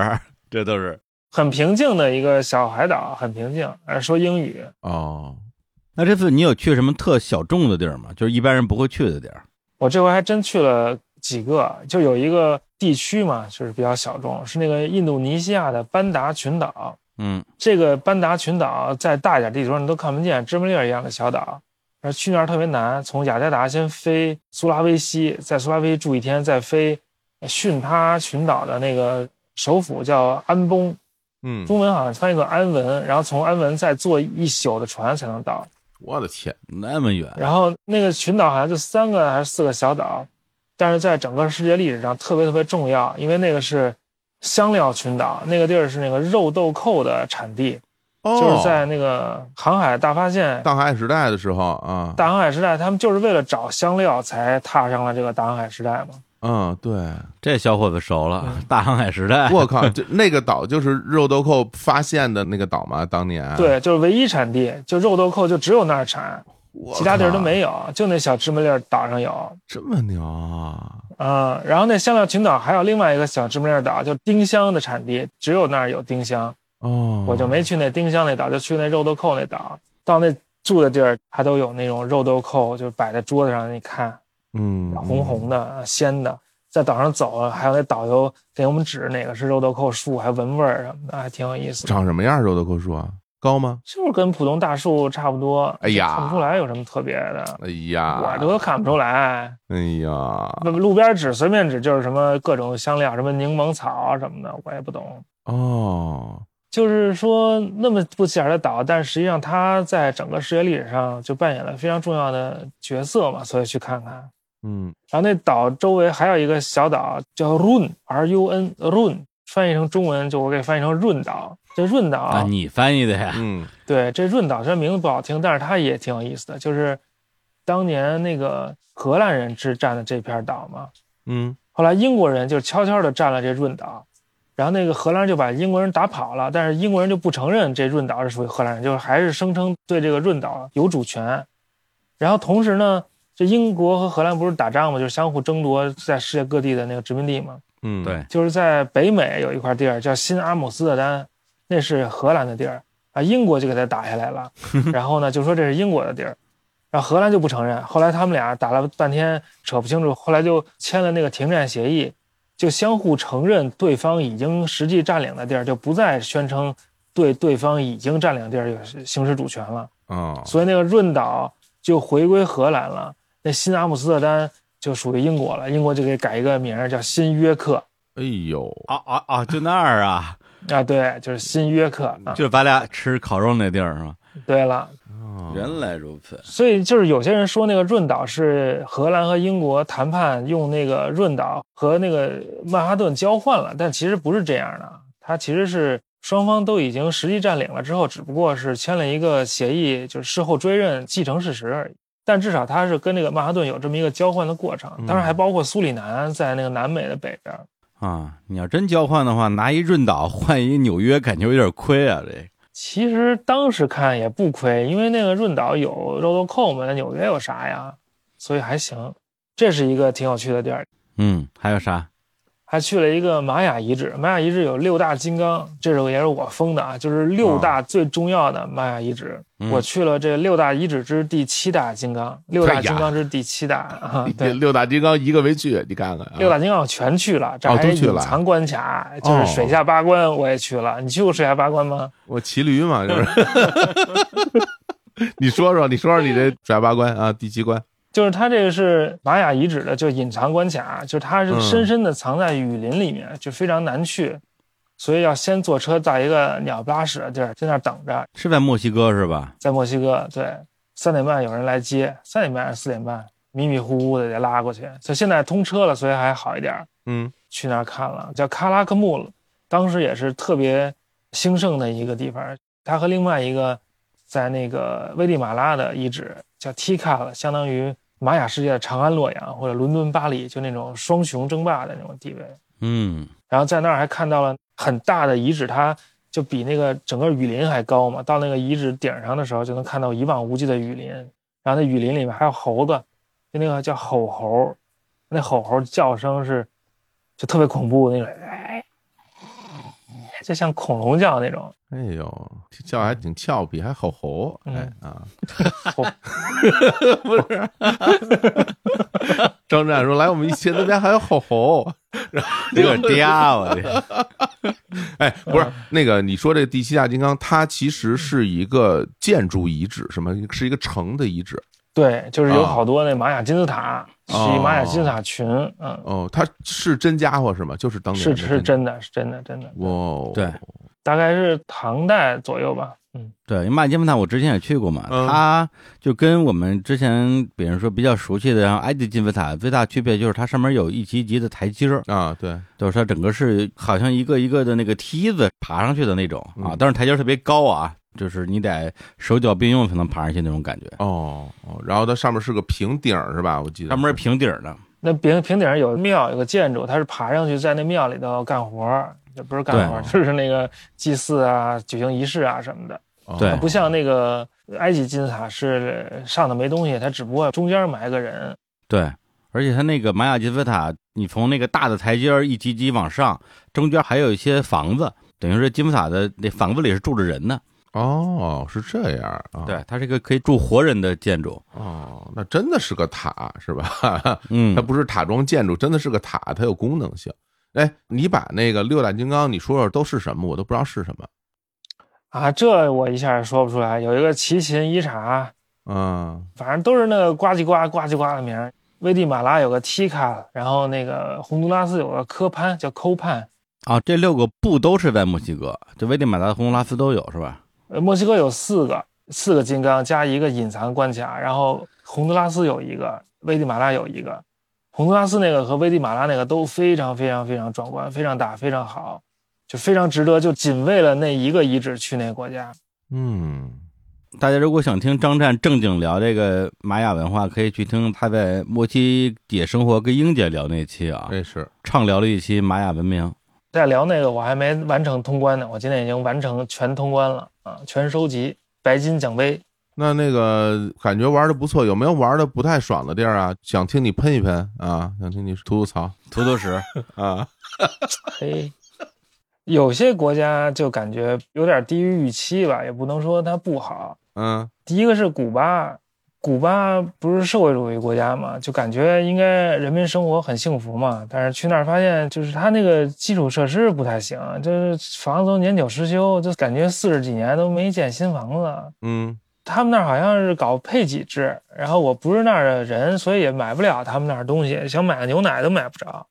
这都是。
很平静的一个小海岛，很平静，呃说英语。
哦，
那这次你有去什么特小众的地儿吗？就是一般人不会去的地儿。
我这回还真去了几个，就有一个地区嘛，就是比较小众，是那个印度尼西亚的班达群岛。
嗯，
这个班达群岛在大一点地图上你都看不见，芝麻粒儿一样的小岛。而去那儿特别难，从雅加达先飞苏拉威西，在苏拉威西住一天，再飞巽他群岛的那个首府叫安崩，
嗯，
中文好像翻译作安文，然后从安文再坐一宿的船才能到。
我的天，
那么远，
然后那个群岛好像就三个还是四个小岛，但是在整个世界历史上特别特别重要，因为那个是香料群岛，那个地儿是那个肉豆蔻的产地。
哦，
就是在那个航海大发现、
大航海时代的时候啊，
大航海时代，他们就是为了找香料才踏上了这个大航海时代嘛。
嗯，对，
这小伙子熟了，大航海时代。
我 靠，这那个岛就是肉豆蔻发现的那个岛吗？当年，
对，就是唯一产地，就肉豆蔻就只有那儿产，
我靠，
其他地儿都没有，就那小芝麻粒儿岛上有。
这么牛啊！
嗯，然后那香料群岛还有另外一个小芝麻粒儿岛，就丁香的产地，只有那儿有丁香。
哦，
我就没去那丁香那岛，就去那肉豆蔻那岛。到那住的地儿，它都有那种肉豆蔻，就摆在桌子上，你看，
嗯，嗯
红红的、鲜的，在岛上走，还有那导游给我们指哪个是肉豆蔻树，还闻味儿什么的，还挺有意思的。
长什么样？肉豆蔻树啊，高吗？
就是跟普通大树差不多，
哎呀
看不出来有什么特别的，
哎
我
呀，
这都看不出来。
哎呀，
那么路边指随便指就是什么各种香料，什么柠檬草啊什么的，我也不懂。
哦，
就是说那么不起眼的岛，但实际上它在整个世界历史上就扮演了非常重要的角色嘛，所以去看看。
嗯
然后那岛周围还有一个小岛叫 Run，R U N Run，翻译成中文就我给翻译成润岛。这润岛
啊，你翻译的呀？
嗯
对，这润岛虽然名字不好听，但是它也挺有意思的，就是当年那个荷兰人只占了这片岛嘛，
嗯
后来英国人就悄悄地占了这润岛，然后那个荷兰人就把英国人打跑了，但是英国人就不承认这润岛是属于荷兰人，就是还是声称对这个润岛有主权。然后同时呢，这英国和荷兰不是打仗嘛，就是相互争夺在世界各地的那个殖民地嘛，
嗯，
对，
就是在北美有一块地儿叫新阿姆斯特丹，那是荷兰的地儿啊，英国就给他打下来了，然后呢就说这是英国的地儿，然后荷兰就不承认，后来他们俩打了半天扯不清楚，后来就签了那个停战协议，就相互承认对方已经实际占领的地儿，就不再宣称对对方已经占领地儿有行使主权了。
哦，
所以那个润岛就回归荷兰了，那新阿姆斯特丹就属于英国了，英国就给改一个名儿叫新约克。
哎呦，
啊啊啊！就那儿 啊，
啊，对，就是新约克啊。
就是咱俩吃烤肉那地儿是吧？
对了，
哦
原来如此，
所以就是有些人说那个润岛是荷兰和英国谈判用那个润岛和那个曼哈顿交换了，但其实不是这样的，它其实是双方都已经实际占领了之后，只不过是签了一个协议，就是事后追认继承事实而已。但至少它是跟那个曼哈顿有这么一个交换的过程，当然还包括苏里南在那个南美的北边。
啊，你要真交换的话，拿一润岛换一纽约，感觉有点亏啊。这
其实当时看也不亏，因为那个润岛有肉豆蔻嘛，那纽约有啥呀？所以还行，这是一个挺有趣的地儿。
嗯，还有啥？
还去了一个玛雅遗址，玛雅遗址有六大金刚，这是也是我封的啊，就是六大最重要的玛雅遗址。
嗯
我去了这六大遗址之第七大金刚，六大
哎呀
金刚之第七大啊，
这
对，
六大金刚一个没去，你看看 啊。
六大金刚我全去了，这
哦
还
都去
隐
了哦
藏关卡，就是水下八关我也去了。你去过水下八关吗？
我骑驴嘛，就是，
你说说，你说说你这甩八关啊，第七关，
就是它这个是玛雅遗址的，就隐藏关卡，就是它是深深的藏在雨林里面，就非常难去，所以要先坐车到一个鸟不拉屎的地儿，在那儿等着。
是在墨西哥是吧？
在墨西哥，对，三点半有人来接，三点半还是四点半，迷迷糊糊的得拉过去。所以现在通车了，所以还好一点儿。
嗯
去那儿看了，叫喀拉克木，当时也是特别兴盛的一个地方。它和另外一个在那个危地马拉的遗址叫 Tikal，相当于玛雅世界的长安、洛阳或者伦敦、巴黎，就那种双雄争霸的那种地位。
嗯，
然后在那儿还看到了很大的遗址，它就比那个整个雨林还高嘛。到那个遗址顶上的时候，就能看到一望无际的雨林。然后那雨林里面还有猴子，就那个叫吼猴，那吼猴叫声是就特别恐怖那种，哎，就像恐龙叫那种。
哎呦，叫还挺俏皮，还吼吼，哎啊， 不是， 张湛说来，我们一起那边还有吼吼，
有点嗲，我这
哎，
不是那个你说这第七大金刚，它其实是一个建筑遗址，什么是一个城的遗址
对，就是有
啊
好多那玛雅金字塔，是一玛雅金字塔群，嗯，
哦，它是真家伙是吗？就是当年
是
的
是真的，是真的，真的，
哇哦，
对
大概是唐代左右吧，嗯，
对，马金塔我之前也去过嘛，
嗯
它就跟我们之前比如说比较熟悉的像埃及金字塔最大区别就是它上面有一级一级的台阶儿，
啊，对，
就是它整个是好像一个一个的那个梯子爬上去的那种啊
嗯，
但是台阶儿特别高啊，就是你得手脚并用才能爬上去那种感觉。
哦哦，然后它上面是个平顶儿是吧？我记得
上面是平顶儿的，
那平平顶上有庙，有个建筑，他是爬上去在那庙里头干活儿，也不是干活儿，
对
就是那个祭祀啊、举行仪式啊什么的。
哦
对
它不像那个埃及金字塔是上头没东西，它只不过中间埋个人。
对，而且它那个玛雅金字塔，你从那个大的台阶儿一级级往上，中间还有一些房子，等于说金字塔的那房子里是住着人的。
哦，是这样啊，
对，它是一个可以住活人的建筑。
哦，那真的是个塔是吧？
嗯
它，不是塔装建筑，真的是个塔，它有功能性。哎，你把那个六大金刚，你说说都是什么？我都不知道是什么。
啊，这我一下也说不出来。有一个齐秦伊察，
嗯
反正都是那个呱唧呱呱唧呱的名儿。危地马拉有个 Tika，然后那个洪都拉斯有个科潘，叫科潘。
啊，这六个部都是在墨西哥，就危地马拉、洪都拉斯都有，是吧？
呃，墨西哥有四个，四个金刚加一个隐藏关卡，然后洪都拉斯有一个，危地马拉有一个，洪都拉斯那个和危地马拉那个都非常非常非常壮观，非常大，非常好，就非常值得，就仅为了那一个遗址去那个国家。
嗯，
大家如果想听张湛正经聊这个玛雅文化，可以去听他在墨西姐生活跟英姐聊那期啊，
哎
这是
畅聊了一期玛雅文明。
再聊那个，我还没完成通关呢，我今天已经完成全通关了啊，全收集白金奖杯。
那那个感觉玩的不错，有没有玩的不太爽的地儿啊？想听你喷一喷啊，想听你吐吐槽
土土石，
啊。
嘿，有些国家就感觉有点低于预期吧，也不能说它不好。
嗯，
第一个是古巴，古巴不是社会主义国家嘛，就感觉应该人民生活很幸福嘛，但是去那儿发现就是它那个基础设施不太行，就是房子都年久失修，就感觉四十几年都没建新房子。
嗯，
他们那儿好像是搞配给制，然后我不是那儿的人，所以也买不了他们那儿东西，想买个牛奶都买不着，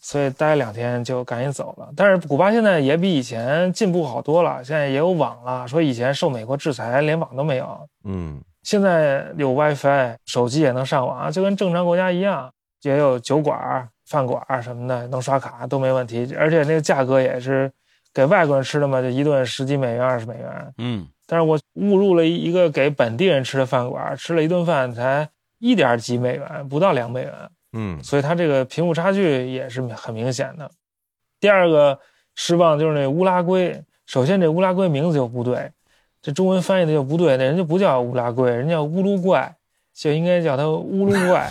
所以待两天就赶紧走了。但是古巴现在也比以前进步好多了，现在也有网了，说以前受美国制裁连网都没有，
嗯，
现在有 WiFi，手机也能上网，就跟正常国家一样，也有酒馆儿、饭馆儿什么的，能刷卡都没问题。而且那个价格也是给外国人吃的嘛，就一顿十几美元、二十美元。
嗯，
但是我误入了一个给本地人吃的饭馆儿，吃了一顿饭才一点几美元，不到两美元，
嗯，
所以它这个贫富差距也是很明显的。第二个失望就是那乌拉圭，首先这乌拉圭名字就不对，这中文翻译的就不对，那人家不叫乌拉圭，人家叫乌鲁怪，就应该叫它乌鲁怪。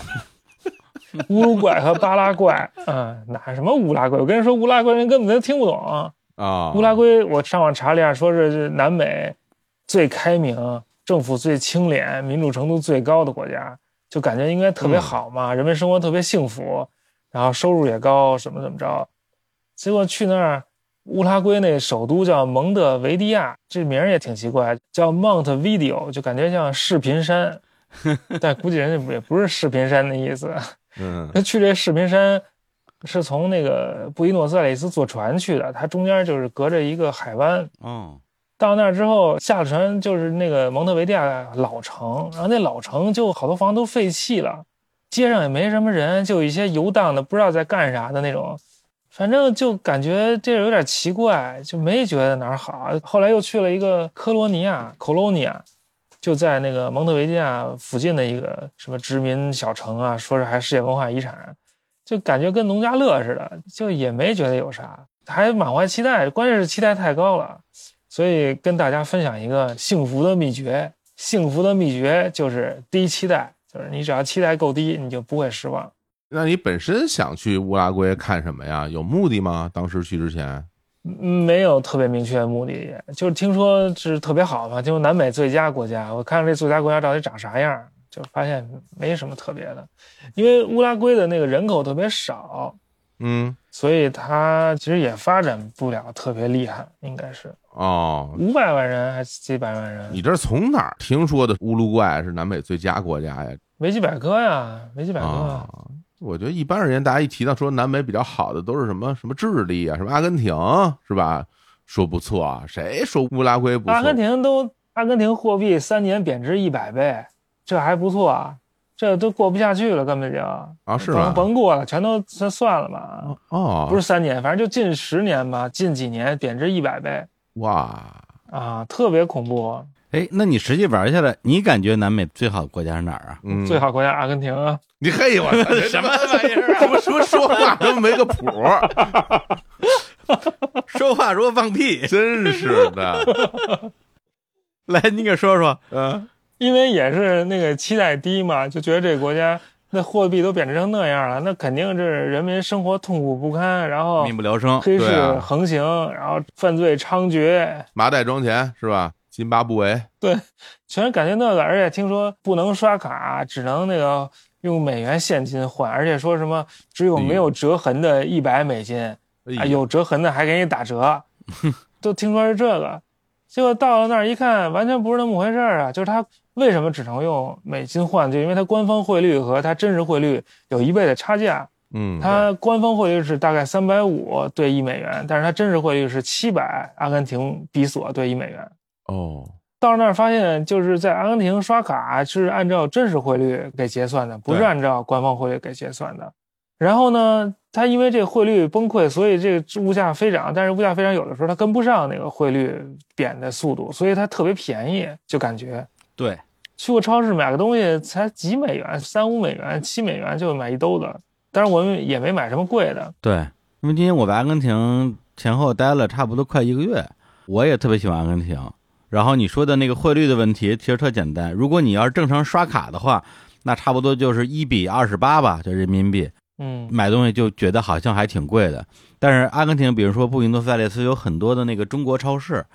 乌鲁怪和巴拉怪，嗯，哪什么乌拉圭？我跟人说乌拉圭人根本就听不懂。
啊，
乌拉圭，我上网查了一下，说是南美最开明、政府最清廉、民主程度最高的国家，就感觉应该特别好嘛，人民生活特别幸福，然后收入也高，怎么怎么着。结果去那儿，乌拉圭那首都叫蒙特维迪亚，这名儿也挺奇怪，叫 Mount Video，就感觉像视频山，但估计人家也不是视频山的意思。
嗯，
那去这视频山是从那个布宜诺斯艾利斯坐船去的，它中间就是隔着一个海湾。
哦，
到那儿之后下了船，就是那个蒙特维迪亚老城，然后那老城就好多房都废弃了，街上也没什么人，就有一些游荡的不知道在干啥的那种。反正就感觉这有点奇怪，就没觉得哪儿好。后来又去了一个科罗尼亚 （Colonia），就在那个蒙特维迪亚附近的一个什么殖民小城啊，说是还世界文化遗产，就感觉跟农家乐似的，就也没觉得有啥，还满怀期待。关键是期待太高了，所以跟大家分享一个幸福的秘诀。幸福的秘诀就是低期待，就是你只要期待够低，你就不会失望。
那你本身想去乌拉圭看什么呀？有目的吗？当时去之前？
嗯没有特别明确的目的，就是听说是特别好嘛，就是南美最佳国家。我看看这最佳国家到底长啥样，就发现没什么特别的，因为乌拉圭的那个人口特别少，
嗯，
所以它其实也发展不了特别厉害，应该是
哦，
五百万人还是几百万人？
你这是从哪儿听说的？乌鲁怪是南美最佳国家呀？
维基百科呀，维基百科
啊
啊，
我觉得一般而言，大家一提到说南美比较好的，都是什么什么智利啊，什么阿根廷是吧？说不错啊，谁说乌拉圭不错？
阿根廷都阿根廷货币三年贬值一百倍，这还不错啊，这都过不下去了，根本就
啊，是
甭
吧？
甭过了，全都算算了吧。
哦，
不是三年，反正就近十年吧，近几年贬值一百倍
哇，
啊，特别恐怖。
哎，那你实际玩下来，你感觉南美最好的国家是哪儿啊？
嗯，
最好国家阿根廷啊，
你嘿我操， 什么玩意儿？
啊
怎么说说话都没个谱儿，
说话如果放屁，
真是的。
来，你给说说。
嗯，
因为也是那个期待低嘛，就觉得这个国家那货币都贬值成那样了，那肯定是人民生活痛苦不堪，然后
民不聊生，
黑市
对啊
横行，然后犯罪猖獗，
麻袋装钱是吧？津巴布韦，
全是感觉那个。而且听说不能刷卡，只能那个用美元现金换，而且说什么只有没有折痕的一百美金。啊，
哎呦，
有折痕的还给你 打折，都听说是这个。结果到了那儿一看，完全不是那么回事儿啊！就是它为什么只能用美金换？就因为它官方汇率和它真实汇率有一倍的差价。
嗯，
它官方汇率是大概三百五对一美元，但是它真实汇率是七百阿根廷比索对一美元。
哦，
到那儿发现就是在阿根廷刷卡是按照真实汇率给结算的，不是
对
按照官方汇率给结算的。然后呢，它因为这个汇率崩溃，所以这个物价飞涨，但是物价飞涨有的时候它跟不上那个汇率贬的速度，所以它特别便宜，就感觉
对，
去过超市买个东西才几美元，三五美元、七美元就买一兜子。但是我们也没买什么贵的，
对，因为今天我在阿根廷前后待了差不多快一个月，我也特别喜欢阿根廷。然后你说的那个汇率的问题其实特简单，如果你要是正常刷卡的话，那差不多就是一比二十八吧，就人民币。
嗯，
买东西就觉得好像还挺贵的。但是阿根廷，比如说布宜诺斯艾利斯有很多的那个中国超市，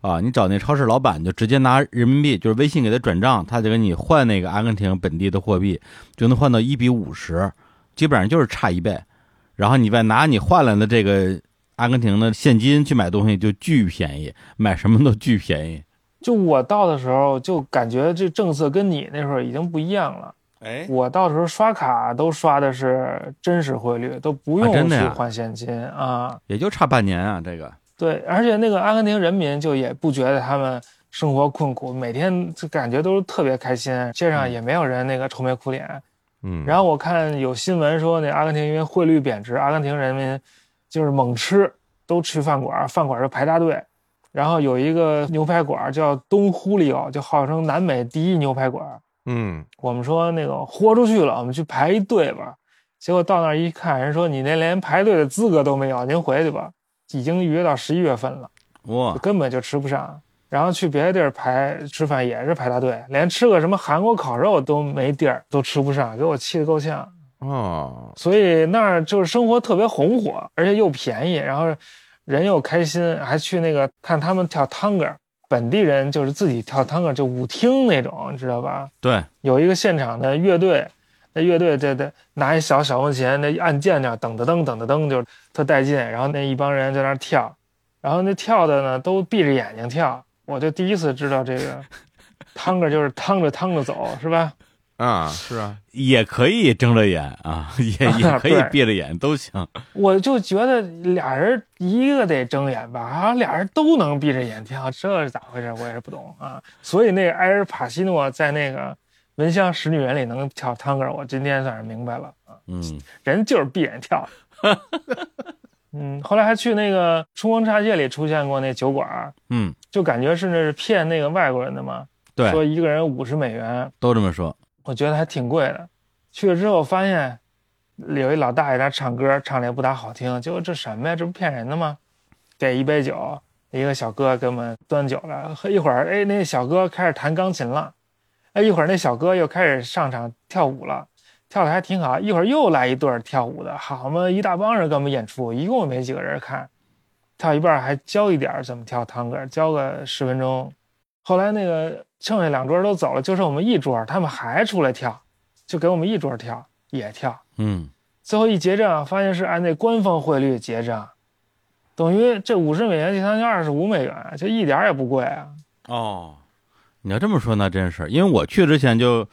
啊，你找那超市老板就直接拿人民币，就是微信给他转账，他就给你换那个阿根廷本地的货币，就能换到一比五十，基本上就是差一倍。然后你再拿你换来的这个阿根廷的现金去买东西，就巨便宜，买什么都巨便宜。
就我到的时候就感觉这政策跟你那时候已经不一样了。
哎，
我到时候刷卡都刷的是真实汇率，都不
啊真
用
的
去
呀
换现金啊
也就差半年啊，这个
对，而且那个阿根廷人民就也不觉得他们生活困苦，每天就感觉都特别开心，街
嗯
上也没有人那个愁眉苦脸。
嗯，
然后我看有新闻说，那阿根廷因为汇率贬值，阿根廷人民就是猛吃，都去饭馆，饭馆就排大队。然后有一个牛排馆叫东呼利奥，就号称南美第一牛排馆。
嗯，
我们说那个豁出去了，我们去排一队吧。结果到那儿一看，人说你那连排队的资格都没有，您回去吧，已经预约到十一月份了，
哇，
根本就吃不上。然后去别的地儿排吃饭也是排大队，连吃个什么韩国烤肉都没地儿，都吃不上，给我气得够呛。
哦，
所以那儿就是生活特别红火，而且又便宜，然后人又开心，还去那个看他们跳探戈，本地人就是自己跳探戈，就舞厅那种，你知道吧？
对，
有一个现场的乐队，那乐队这这拿一小小风琴，那按键那噔噔噔噔噔噔，就特带劲。然后那一帮人在那儿跳，然后那跳的呢都闭着眼睛跳，我就第一次知道这个趟着就是趟着趟着走，是吧？
啊，是啊，
也可以睁着眼啊，也也可以
对
闭着眼都行。
我就觉得俩人一个得睁眼吧，好像俩人都能闭着眼跳，这是咋回事？我也是不懂啊。所以那个埃尔帕西诺在那个《闻香识女人》里能跳探戈，我今天算是明白了。
嗯，
人就是闭眼跳。嗯，后来还去那个《春光乍泄》里出现过那酒馆儿，
嗯，
就感觉是那是骗那个外国人的嘛，
对，
说一个人五十美元，
都这么说。
我觉得还挺贵的。去了之后发现有一老大爷在那唱歌，唱的也不咋好听，结果这什么呀？这不骗人的吗？给一杯酒，一个小哥给我们端酒来，喝一会儿，哎，那小哥开始弹钢琴了，哎，一会儿那小哥又开始上场跳舞了，跳的还挺好。一会儿又来一对儿跳舞的，好嘛，一大帮人给我们演出，一共没几个人看，跳一半儿还教一点儿怎么跳探戈，教个十分钟。后来那个剩下两桌都走了，就剩我们一桌，他们还出来跳，就给我们一桌跳也跳。
嗯，
最后一结账，发现是按那官方汇率结账，等于这五十美元计算就二十五美元，就一点儿也不贵啊。
哦，你要这么说那真是，因为我去之前就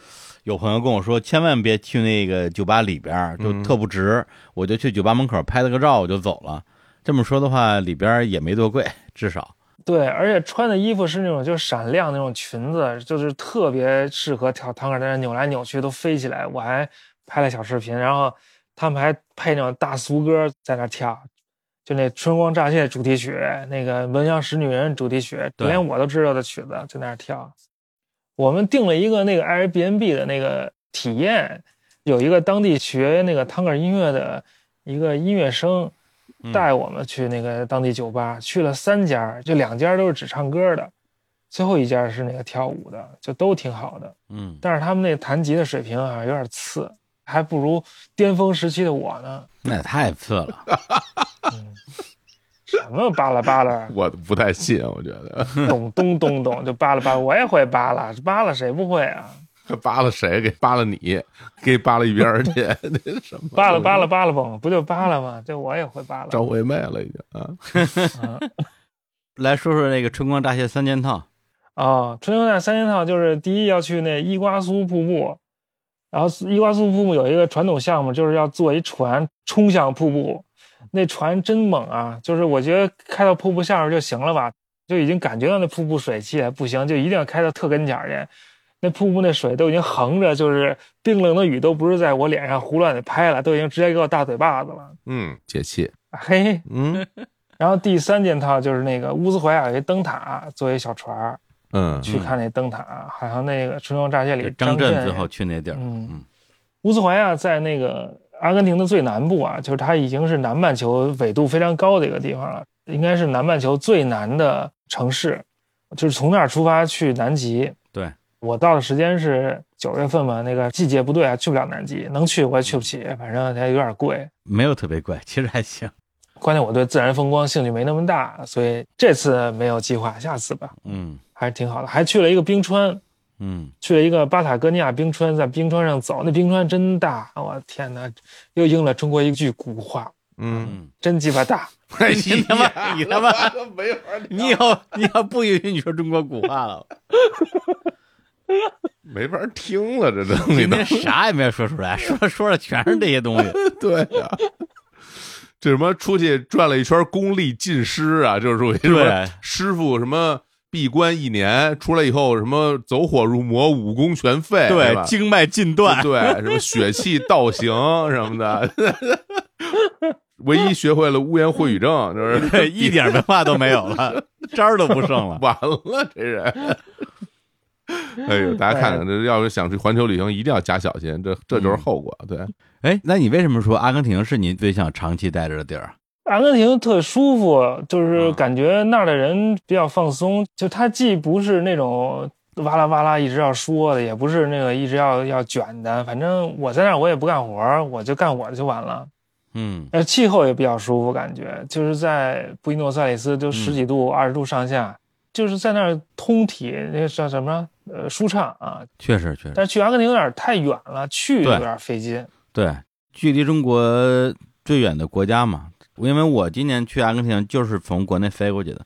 有朋友跟我说，千万别去那个酒吧里边儿，就
嗯，
特不值。我就去酒吧门口拍了个照，我就走了。这么说的话，里边儿也没多贵， 至少
对，而且穿的衣服是那种就是闪亮那种裙子，就是特别适合跳探戈，在那扭来扭去都飞起来。我还拍了小视频，然后他们还配那种大俗歌在那跳，就那《春光乍泄》主题曲，那个《闻香识女人》主题曲，
对
连我都知道的曲子就在那跳。我们订了一个那个 Airbnb 的那个体验，有一个当地学那个探戈音乐的一个音乐生，带我们去那个当地酒吧，去了三家，这两家都是只唱歌的，最后一家是那个跳舞的，就都挺好的。
嗯，
但是他们那弹吉的水平啊，有点次，还不如巅峰时期的我呢。
那也太次了。
嗯、什么巴拉巴拉
我不太信，我觉得
咚咚咚咚就巴拉巴拉，我也会巴拉，巴拉谁不会啊？
扒拉谁给扒拉你，给扒拉一边儿去， 那什么
巴拉巴拉巴拉蹦，不就巴拉吗？这我也会巴拉
张。惠妹了已经啊，
嗯
来说说那个春光乍泄三件套，
啊，春秋战三件套就是第一要去那伊瓜苏瀑布，然后伊瓜苏瀑布有一个传统项目，就是要坐一船冲向瀑布，那船真猛啊！就是我觉得开到瀑布下边就行了吧，就已经感觉到那瀑布水汽还不行，就一定要开到特跟前儿去。那瀑布那水都已经横着，就是冰冷的雨都不是在我脸上胡乱的拍了，都已经直接给我大嘴巴子了。
嗯，解气，
嘿，
嗯
然后第三件套就是那个乌兹怀亚有一灯塔，坐一小船儿
嗯，
去看那灯塔，好像那个《春光乍泄》
就
里
张
震
震最后去那地儿，
嗯
嗯，
乌兹怀亚在那个阿根廷的最南部啊，就是它已经是南半球纬度非常高的一个地方了，应该是南半球最南的城市，就是从那儿出发去南极。
对，
我到的时间是九月份嘛，那个季节不对啊，去不了南极，能去我也去不起，反正它有点贵。
没有特别贵， 其实还行，
关键我对自然风光兴趣没那么大，所以这次没有计划，下次吧，
嗯
还是挺好的。还去了一个冰川，
嗯，
去了一个巴塔哥尼亚冰川，在冰川上走，那冰川真大，我天哪！又应了中国一句古话，
嗯，
嗯，
真鸡巴大。
你他妈你他妈
都 没法聊，
你以后你要不允许你说中国古话了，
没法听了，这东西
今
都
天啥也没有说出来，说着说着全是这些东西，
对呀、这什么出去转了一圈，功力尽失啊，就是属于什么
对
师傅什么闭关一年，出来以后什么走火入魔，武功全废，是吧
对，经脉尽 断，
对，什么血气倒行什么的， 唯一学会了污言秽语症，就是
对，一点文化都没有了， 渣儿都不剩了，
完了这人。哎呦，大家看看，这要是想去环球旅行，一定要加小心，这这就是后果。对，
哎，那你为什么说阿根廷是你最想长期待着的地儿？啊
阿根廷特舒服，就是
嗯
感觉那儿的人比较放松，就他既不是那种哇啦哇啦一直要说的，也不是那个一直要要卷的，反正我在那儿我也不干活儿，我就干我的就完了。
嗯
呃，气候也比较舒服，感觉就是在布宜诺斯艾利斯就十几度、二十、度上下，就是在那儿通体那个叫什么呃舒畅啊。
确实确实，
但是去阿根廷有点太远了，去
对
有点费劲。
对，距离中国最远的国家嘛，因为我今年去阿根廷就是从国内飞过去的，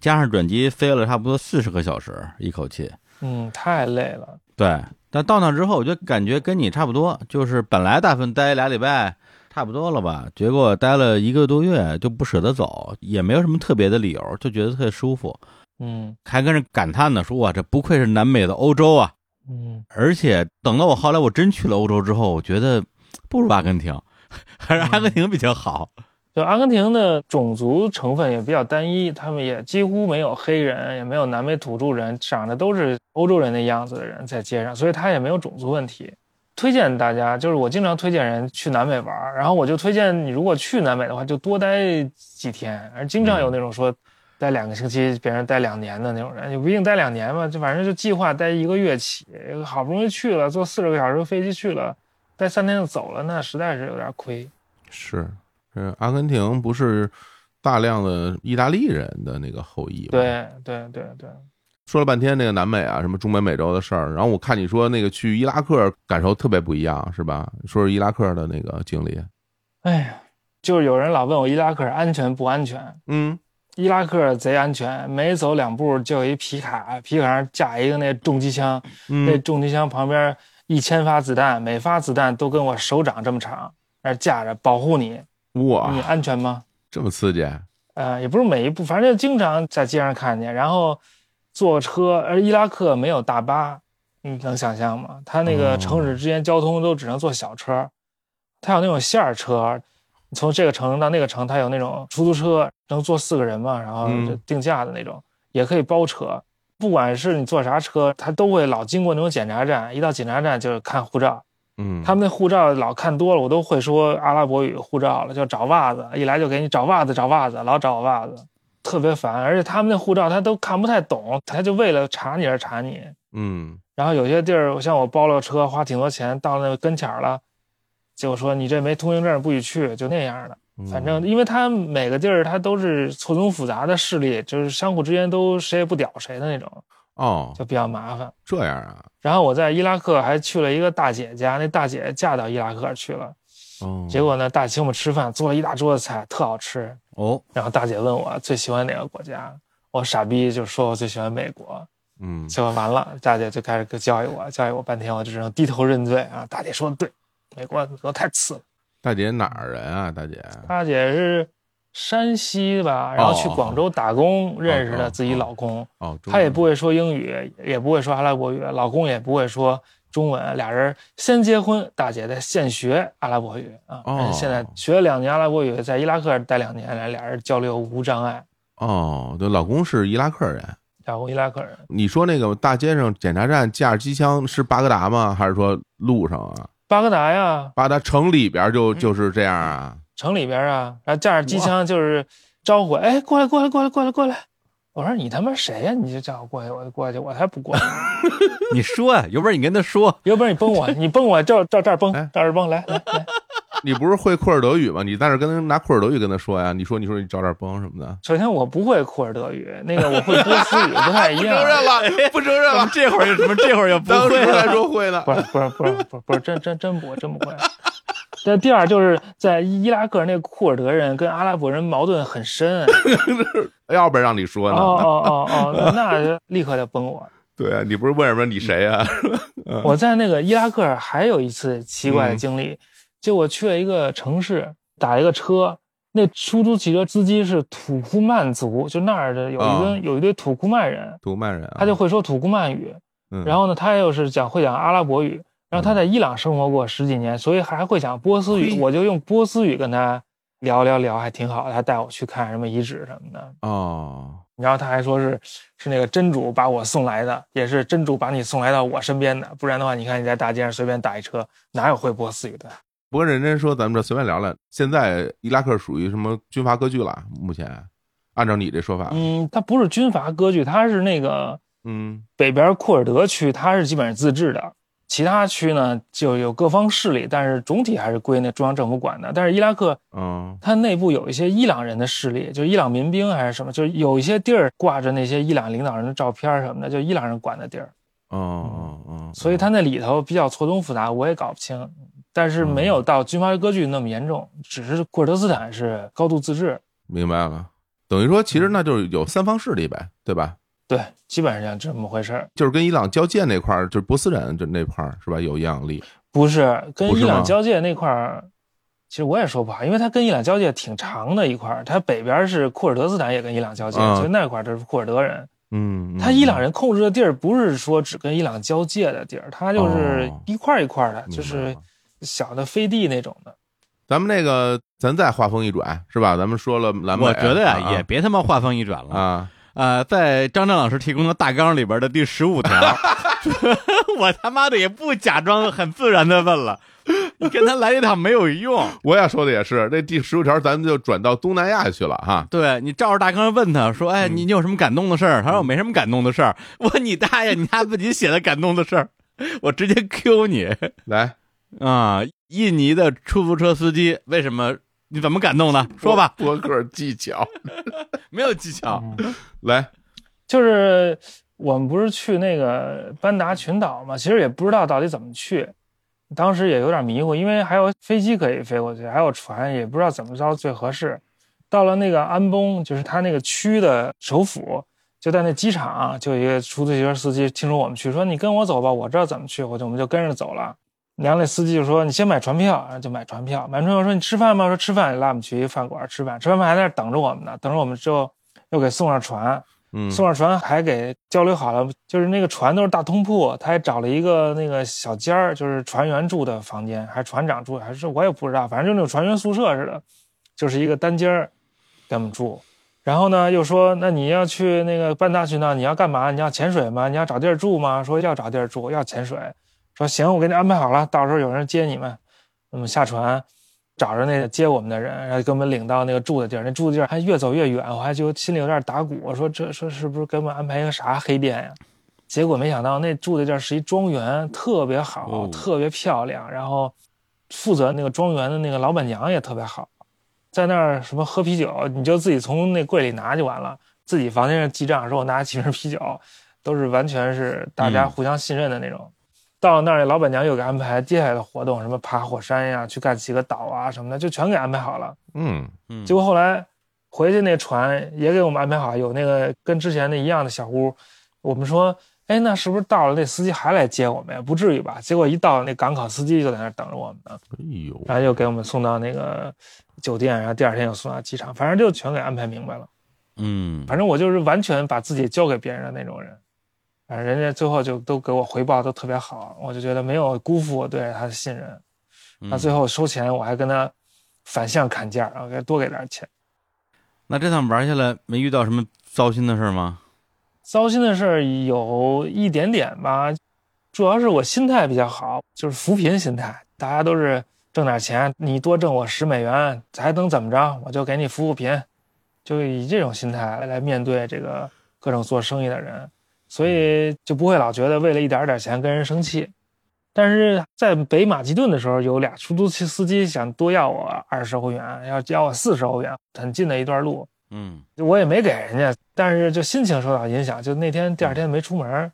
加上转机飞了差不多四十个小时，一口气。
嗯，太累了。
对，但到那之后，我就感觉跟你差不多，就是本来打算待俩礼拜，差不多了吧，结果待了一个多月就不舍得走，也没有什么特别的理由，就觉得特别舒服，
嗯
还跟人感叹呢，说哇，这不愧是南美的欧洲啊！
嗯，
而且等到我后来我真去了欧洲之后，我觉得不如阿根廷， 还是阿根廷比较好。
就阿根廷的种族成分也比较单一，他们也几乎没有黑人，也没有南美土著人，长得都是欧洲人那样子的人在街上，所以他也没有种族问题。推荐大家，就是我经常推荐人去南美玩儿，然后我就推荐你，如果去南美的话，就多待几天。而经常有那种说待两个星期，别人待两年的那种人，也不一定待两年嘛，就反正就计划待一个月起。好不容易去了，坐四十个小时的飞机去了，待三天就走了，那实在是有点亏。
是，嗯，阿根廷不是大量的意大利人的那个后裔吗？，
对对对对，
说了半天那个南美啊，什么中南美洲的事儿，然后我看你说那个去伊拉克感受特别不一样，是吧？说是伊拉克的那个经历，
哎呀，就是有人老问我伊拉克安全不安全，
嗯，
伊拉克贼安全，每走两步就有一皮卡，皮卡上架一个那重机枪，那
嗯，
重机枪旁边一千发子弹，每发子弹都跟我手掌这么长，那架着保护你，你
哇，
安全吗？
这么刺激，
呃，也不是每一步，反正经常在街上看见，然后坐车，而伊拉克没有大巴，你能想象吗？它那个城市之间交通都只能坐小车，它有那种线儿车，你从这个城到那个城，它有那种出租车，能坐四个人嘛，然后就
嗯
定价的那种，也可以包车。不管是你坐啥车，它都会老经过那种检查站，一到检查站就是看护照，
嗯，
他们那护照老看多了，我都会说阿拉伯语护照了，就找袜子，一来就给你找袜子找袜子，老找我袜子，特别烦。而且他们那护照他都看不太懂，他就为了查你而查你。
嗯，
然后有些地儿，像我包了车，花挺多钱，到那跟前儿了，结果说你这没通行证不许去，就那样的。
嗯
反正，因为他每个地儿他都是错综复杂的势力，就是相互之间都谁也不屌谁的那种，
哦，
就比较麻烦。
这样啊，
然后我在伊拉克还去了一个大姐家，那大姐嫁到伊拉克去了。
哦，
结果呢，大姐请我们吃饭，做了一大桌子菜，特好吃。
哦，
然后大姐问我最喜欢哪个国家，我傻逼就说我最喜欢美国。
嗯，
结果完了，大姐就开始教育我，教育我半天，我就只能低头认罪啊。大姐说的对，美国美国太次了。
大姐哪儿人啊？大姐，
大姐是山西吧，然后去
哦
广州打工认识
哦哦
的自己老公，
哦，中
他也
文
不会说英语，也不会说阿拉伯语，老公也不会说中文，俩人先结婚，大姐在现学阿拉伯语啊，
哦
现在学了两年阿拉伯语，在伊拉克待两年，俩俩人交流无障碍，
哦，对，老公是伊拉克人。
然后伊拉克人。
你说那个大街上检查站架着机枪是巴格达吗？还是说路上啊？
巴格达呀，
巴格达城里边
嗯
就就是这样啊？
城里边啊，然后架着机枪就是招呼，哎，过来，过来，过来，过来，过来。我说你他妈谁呀、你就叫我过去，我就过去，我才不过去。
你说呀，有本事你跟他说，
要不然你崩我，你崩我，照照这儿
哎
崩，照这儿崩，来来来，
你不是会库尔德语吗？你在那儿跟他拿库尔德语跟他说呀？你说你说你找点崩什么的？
首先我不会库尔德语，那个我会波 斯语，不太一样。哎
了，不承认
怎么。这会儿又怎么这会儿又不
当
会
时
了？
还说会呢
不。是不是不是不是不是真真真不真不会。但第二就是在伊拉克那库尔德人跟阿拉伯人矛盾很深，啊
要不然让你说
哦
呢？
哦哦哦，那立刻就崩我。
对啊，你不是问什么你谁啊呀？嗯
我在那个伊拉克还有一次奇怪的经历，就我去了一个城市打一个车，那出租汽车司机是土库曼族，就那儿的有一
啊
堆有一堆土库曼人，
土曼人啊，
他就会说土库曼语，
嗯
然后呢，他又是讲会讲阿拉伯语，然后他在伊朗生活过十几年，所以还会讲波斯语。
嘿
我就用波斯语跟他聊聊聊，还挺好的。他带我去看什么遗址什么的，
哦，
然后他还说是是那个真主把我送来的，也是真主把你送来到我身边的，不然的话，你看你在大街上随便打一车，哪有会波斯语的？
不过认真说，咱们这随便聊聊。现在伊拉克属于什么军阀割据了？目前按照你这说法，
嗯，他不是军阀割据，他是那个
嗯
北边库尔德区，它是基本是自治的，其他区呢就有各方势力，但是总体还是归那中央政府管的。但是伊拉克
嗯
它内部有一些伊朗人的势力，就是伊朗民兵还是什么，就是有一些地儿挂着那些伊朗领导人的照片什么的，就是伊朗人管的地儿，
哦哦哦，
嗯所以它那里头比较错综复杂，我也搞不清。但是没有到军阀割据那么严重，只是库尔德斯坦是高度自治，
明白了。等于说，其实那就是有三方势力呗，对吧？
对，基本上这么回事儿。
就是跟伊朗交界那块儿，就是波斯人就那块儿是吧？有影响力。
不是跟
不哦是
伊朗
吗
交界那块儿，其实我也说不好，因为它跟伊朗交界挺长的一块儿，它北边是库尔德斯坦也跟伊朗交界，
嗯
所以那块儿都是库尔德人。
嗯，
他伊朗人控制的地儿不是说只跟伊朗交界的地儿，他就是
哦
一块儿一块儿的，
明白
就是
了
小的飞地那种的。
咱们那个，咱再话锋一转是吧？咱们说了蓝莓，
我觉得
呀、
呀，也别他妈话锋一转了。
啊，
呃，在张震老师提供的大纲里边的第十五 条，我他妈的也不假装很自然的问了，你跟他来一趟没有用。
我要说的也是，这第十五条咱们就转到东南亚去了哈。
对你照着大纲问他说，哎，你你有什么感动的事儿？他说我没什么感动的事儿。 我你大爷，你他自己写的感动的事儿，我直接 Q 你
来，
啊！印尼的出租车司机为什么？你怎么感动的？说吧，
多个技巧，
没有技巧。
嗯
来，
就是我们不是去那个班达群岛嘛，其实也不知道到底怎么去，当时也有点迷糊，因为还有飞机可以飞过去，还有船，也不知道怎么着最合适。到了那个安崩，就是他那个区的首府，就在那机场啊、就有一个出租汽车司机听说我们去，说你跟我走吧，我知道怎么去，我就我们就跟着走了。然后那司机就说：“你先买船票。”然后就买船票。买船票说：“你吃饭吗？”说：“吃饭。”拉我们去一饭馆吃饭，吃完饭还在那儿等着我们呢。等着我们之后，又给送上船。
嗯，
送上船还给交流好了，就是那个船都是大通铺，他还找了一个那个小间儿，就是船员住的房间，还是船长住，还是我也不知道，反正就那种船员宿舍似的，就是一个单间儿给我们住。然后呢，又说那你要去那个半大群岛，你要干嘛？你要潜水吗？你要找地儿住吗？说要找地儿住，要潜水。说行，我给你安排好了，到时候有人接你们。我们下船，找着那个接我们的人，然后给我们领到那个住的地儿。那住的地儿还越走越远，我还就心里有点打鼓，我说这这是不是给我们安排一个啥黑店呀？结果没想到那住的地儿是一庄园，特别好，
哦
特别漂亮。然后负责那个庄园的那个老板娘也特别好，在那儿什么喝啤酒，你就自己从那柜里拿就完了，自己房间上记账，说我拿几瓶啤酒，都是完全是大家
嗯
互相信任的那种。到了那儿，老板娘又给安排接下来的活动，什么爬火山呀，去干几个岛啊什么的，就全给安排好了。
嗯，
嗯
结果后来回去那船也给我们安排好，有那个跟之前那一样的小屋。我们说，哎，那是不是到了那司机还来接我们呀？不至于吧？结果一到那港口，司机就在那儿等着我们呢，
哎呦，
然后又给我们送到那个酒店，然后第二天又送啊到机场，反正就全给安排明白了。
嗯，
反正我就是完全把自己交给别人的那种人，反正人家最后就都给我回报都特别好，我就觉得没有辜负我对他的信任。
嗯
那最后收钱我还跟他反向砍价，然后给他多给点钱。
那这趟玩下来没遇到什么糟心的事儿吗？
糟心的事儿有一点点吧，主要是我心态比较好，就是扶贫心态，大家都是挣点钱，你多挣我十美元，还能怎么着？我就给你扶扶贫，就以这种心态来面对这个各种做生意的人，所以就不会老觉得为了一点儿点儿钱跟人生气。但是在北马其顿的时候，有俩出租车司机想多要我二十欧元，要要我四十欧元，很近的一段路，
嗯
我也没给人家，但是就心情受到影响，就那天第二天没出门儿。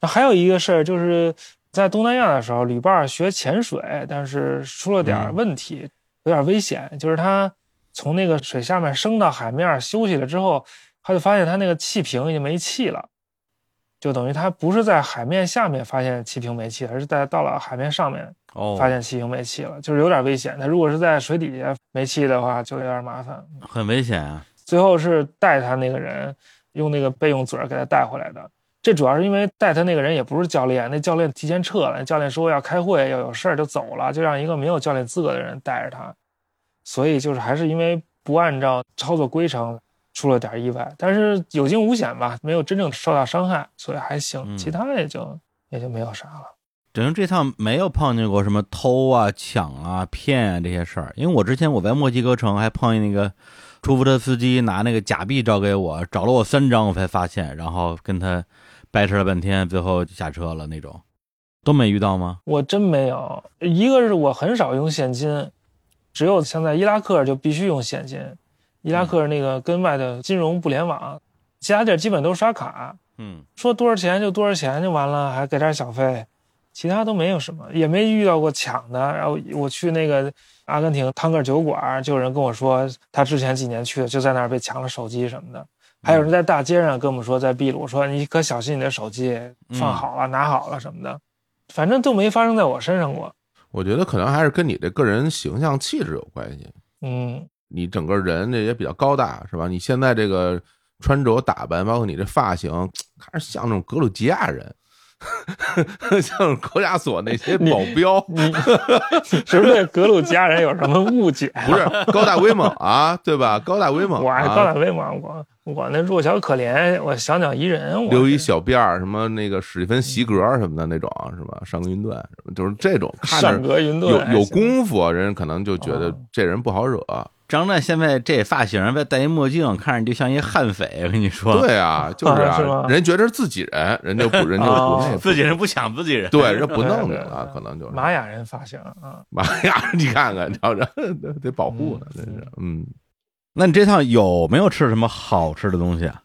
那还有一个事儿就是在东南亚的时候，旅伴儿学潜水，但是出了点儿问题，有点危险，就是他从那个水下面升到海面儿休息了之后，他就发现他那个气瓶已经没气了。就等于他不是在海面下面发现气瓶没气，而是在到了海面上面
哦，
发现气瓶没气了，就是有点危险。他如果是在水底下没气的话，就有点麻烦。
很危险啊。
最后是带他那个人用那个备用嘴儿给他带回来的。这主要是因为带他那个人也不是教练，那教练提前撤了，那教练说要开会要有事儿就走了，就让一个没有教练资格的人带着他，所以就是还是因为不按照操作规程出了点意外，但是有惊无险吧，没有真正受到伤害，所以还行，
嗯
其他也就也就没有啥了。
等于这趟没有碰见过什么偷啊、抢啊、骗啊这些事儿，因为我之前我在墨西哥城还碰见那个出租车司机拿那个假币找给我，找了我三张，我才发现，然后跟他掰扯了半天，最后就下车了那种，都没遇到吗？
我真没有，一个是我很少用现金，只有像在伊拉克就必须用现金。伊拉克那个跟外的金融不联网，其他地儿基本都是刷卡，
嗯，
说多少钱就多少钱就完了，还给点小费，其他都没有什么，也没遇到过抢的。然后我去那个阿根廷汤克酒馆，就有人跟我说，他之前几年去的就在那儿被抢了手机什么的。
嗯
还有人在大街上跟我们说，在秘鲁说你可小心你的手机
嗯
放好了、拿好了什么的，反正都没发生在我身上过。
我觉得可能还是跟你的个人形象气质有关系。
嗯，
你整个人这也比较高大，是吧？你现在这个穿着打扮，包括你这发型，看着像那种格鲁吉亚人， 像国家所那些保 镖，
你是不是对格鲁吉亚人有什么误解？
不是高大威猛啊，对吧？高大威猛、
我还
啊，
高大威猛，我我那弱小可怜，我小鸟依人，我
留一小辫儿，什么那个史蒂芬席格什么的那种，是吧？上个云顿，什么就是这种看
善
着
隔云顿，
有有
公。
功夫，啊人可能就觉得
哦
这人不好惹。
张湛现在这发型，再戴一墨镜，看着就像一悍匪，我跟你说，
对 啊，就是
啊是吗
啊，人觉得是自己人，人就不人就不
哦
那
自己人不抢自己人，
对， 人不弄你
对对
了，
对
可能就是
玛雅人发型啊，
妈呀， 你看看，你瞧着得得保护呢，真是，嗯，
那你这趟有没有吃什么好吃的东西啊？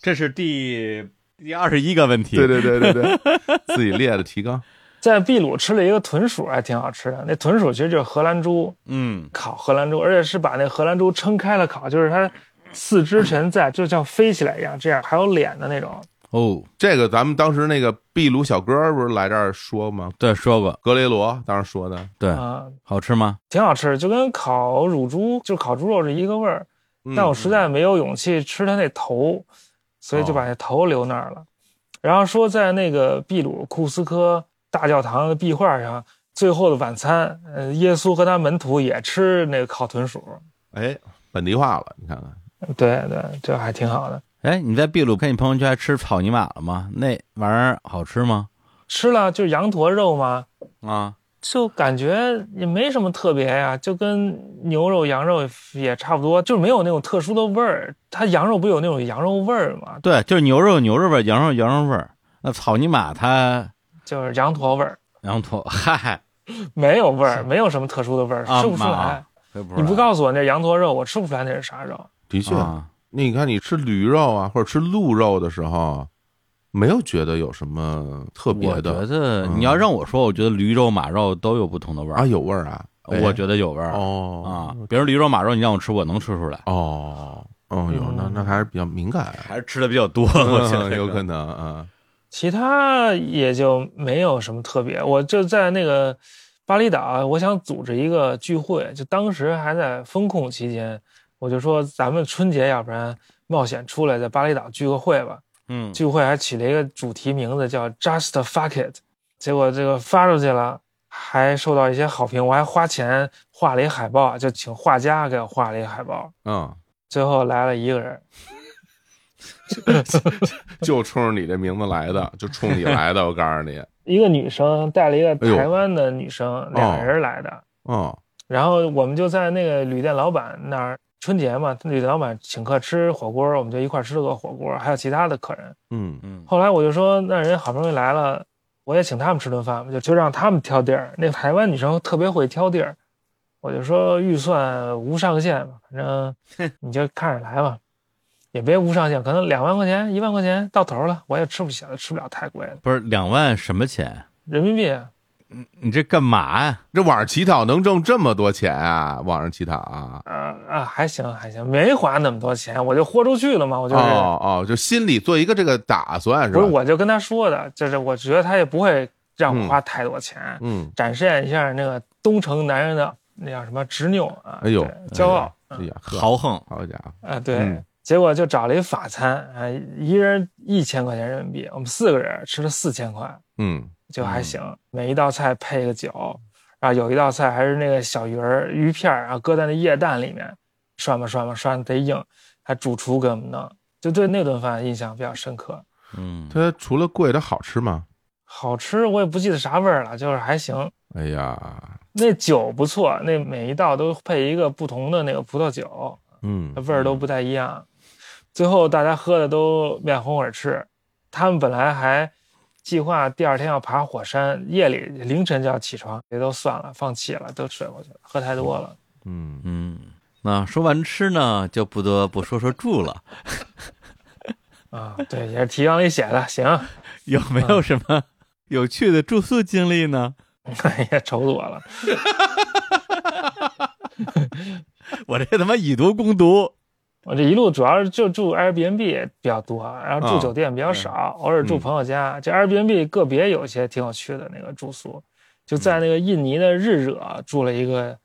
这是第第二十一个问题。
对对对对 对，自己列的提纲，
在秘鲁吃了一个豚鼠，还挺好吃的。那豚鼠其实就是荷兰猪，
嗯，
烤荷兰猪，而且是把那荷兰猪撑开了烤，就是它四肢全在，就像飞起来一样，这样还有脸的那种。
哦，
这个咱们当时那个秘鲁小哥不是来这儿说吗？
对，说过，
格雷罗当时说的，
对，
啊，
好吃吗？
挺好吃，就跟烤乳猪，就烤猪肉是一个味儿。
嗯
但我实在没有勇气吃它那头，所以就把那头留那儿了。然后说在那个秘鲁库斯科大教堂的壁画上，《最后的晚餐》，呃，耶稣和他门徒也吃那个烤豚鼠。
哎，本地化了，你看看，
对对，这还挺好的。
哎，你在秘鲁看你朋友圈还吃草泥马了吗？那玩意儿好吃吗？
吃了就是羊驼肉嘛，
啊，
就感觉也没什么特别呀、就跟牛肉、羊肉也差不多，就是没有那种特殊的味儿。它羊肉不有那种羊肉味儿嘛，
对，就是牛肉有牛肉味儿，羊肉有羊肉味儿。那草泥马它
就是羊驼味儿，
羊驼，嗨，
没有味儿，没有什么特殊的味儿，
啊
吃不出
妈
来
啊。你
你不告诉我那羊驼肉，我吃不出来那是啥肉。
的确，
啊？
你看你吃驴肉啊，或者吃鹿肉的时候，没有觉得有什么特
我
别
觉
的
得
嗯
你要让我说，我觉得驴肉、马肉都有不同的味
啊，
儿，
有味儿啊，哎
我觉得啊有味儿啊
哦。
比如驴肉、马肉，你让我吃，我能吃出来，
哦哦，有那那还是比较敏感，
嗯 还是吃的比较多，我觉得
嗯有可能啊，
其他也就没有什么特别。我就在那个巴厘岛，我想组织一个聚会，就当时还在风控期间，我就说咱们春节要不然冒险出来在巴厘岛聚个会吧。
嗯
聚会还起了一个主题名字叫 “Just Fuck It”，结果这个发出去了，还受到一些好评，我还花钱画了一海报，就请画家给我画了一海报。
嗯，
最后来了一个人，
就冲着你这名字来 的，就冲你来的，我告诉你，
一个女生带了一个
哎呦
台湾的女生，俩人来的。
哦，
然后我们就在那个旅店老板那儿，春节嘛，旅店老板请客吃火锅，我们就一块儿吃了个火锅，还有其他的客人。
嗯
嗯
后来我就说，那人好不容易来了，我也请他们吃顿饭吧，就就让他们挑地儿。那台湾女生特别会挑地儿，我就说预算无上限吧，反正你就看着来吧，也别无上限，可能两万块钱、一万块钱到头了，我也吃不起了，吃不了太贵的
不是两万什么钱？
人民币。啊
你这干嘛呀？
这网上乞讨能挣这么多钱啊？网上乞讨啊？
啊啊，还行还行，没花那么多钱，我就豁出去了嘛，我就是。
哦哦，就心里做一个这个打算是
不
吧？
是，我就跟他说的，就是我觉得他也不会让
嗯
我花太多钱，
嗯，
展现一下那个东城男人的那叫什么执拗啊，
哎呦
对骄傲，
哎呀，呵，
豪横，
好家伙，
啊，对。
嗯
结果就找了一法餐，啊，一人一千块钱人民币，我们四个人吃了四千块，
嗯
就还行。每一道菜配个酒，然后有一道菜还是那个小鱼儿鱼片儿，然啊后搁在那液蛋里面涮吧涮吧涮的贼硬，还主厨给我们弄，就对那顿饭印象比较深刻。
嗯，
它除了贵，它好吃吗？
好吃我也不记得啥味儿了，就是还行。
哎呀，
那酒不错，那每一道都配一个不同的那个葡萄酒，
嗯
味儿都不太一样。最后大家喝的都面红耳赤，他们本来还计划第二天要爬火山，夜里凌晨就要起床，也都算了，放弃了，都睡过去了，喝太多了。
嗯，
嗯，那说完吃呢，就不得不说说住 了，
啊，对，也是提纲里写的，行，
有没有什么有趣的住宿经历呢？
也愁死我了。
我这他妈以毒攻毒，
我这一路主要是就住 Airbnb 比较多，然后
啊
住酒店比较少，偶尔住朋友家。这 Airbnb 个别有一些挺有趣的那个住宿，就在那个印尼的日惹住了一个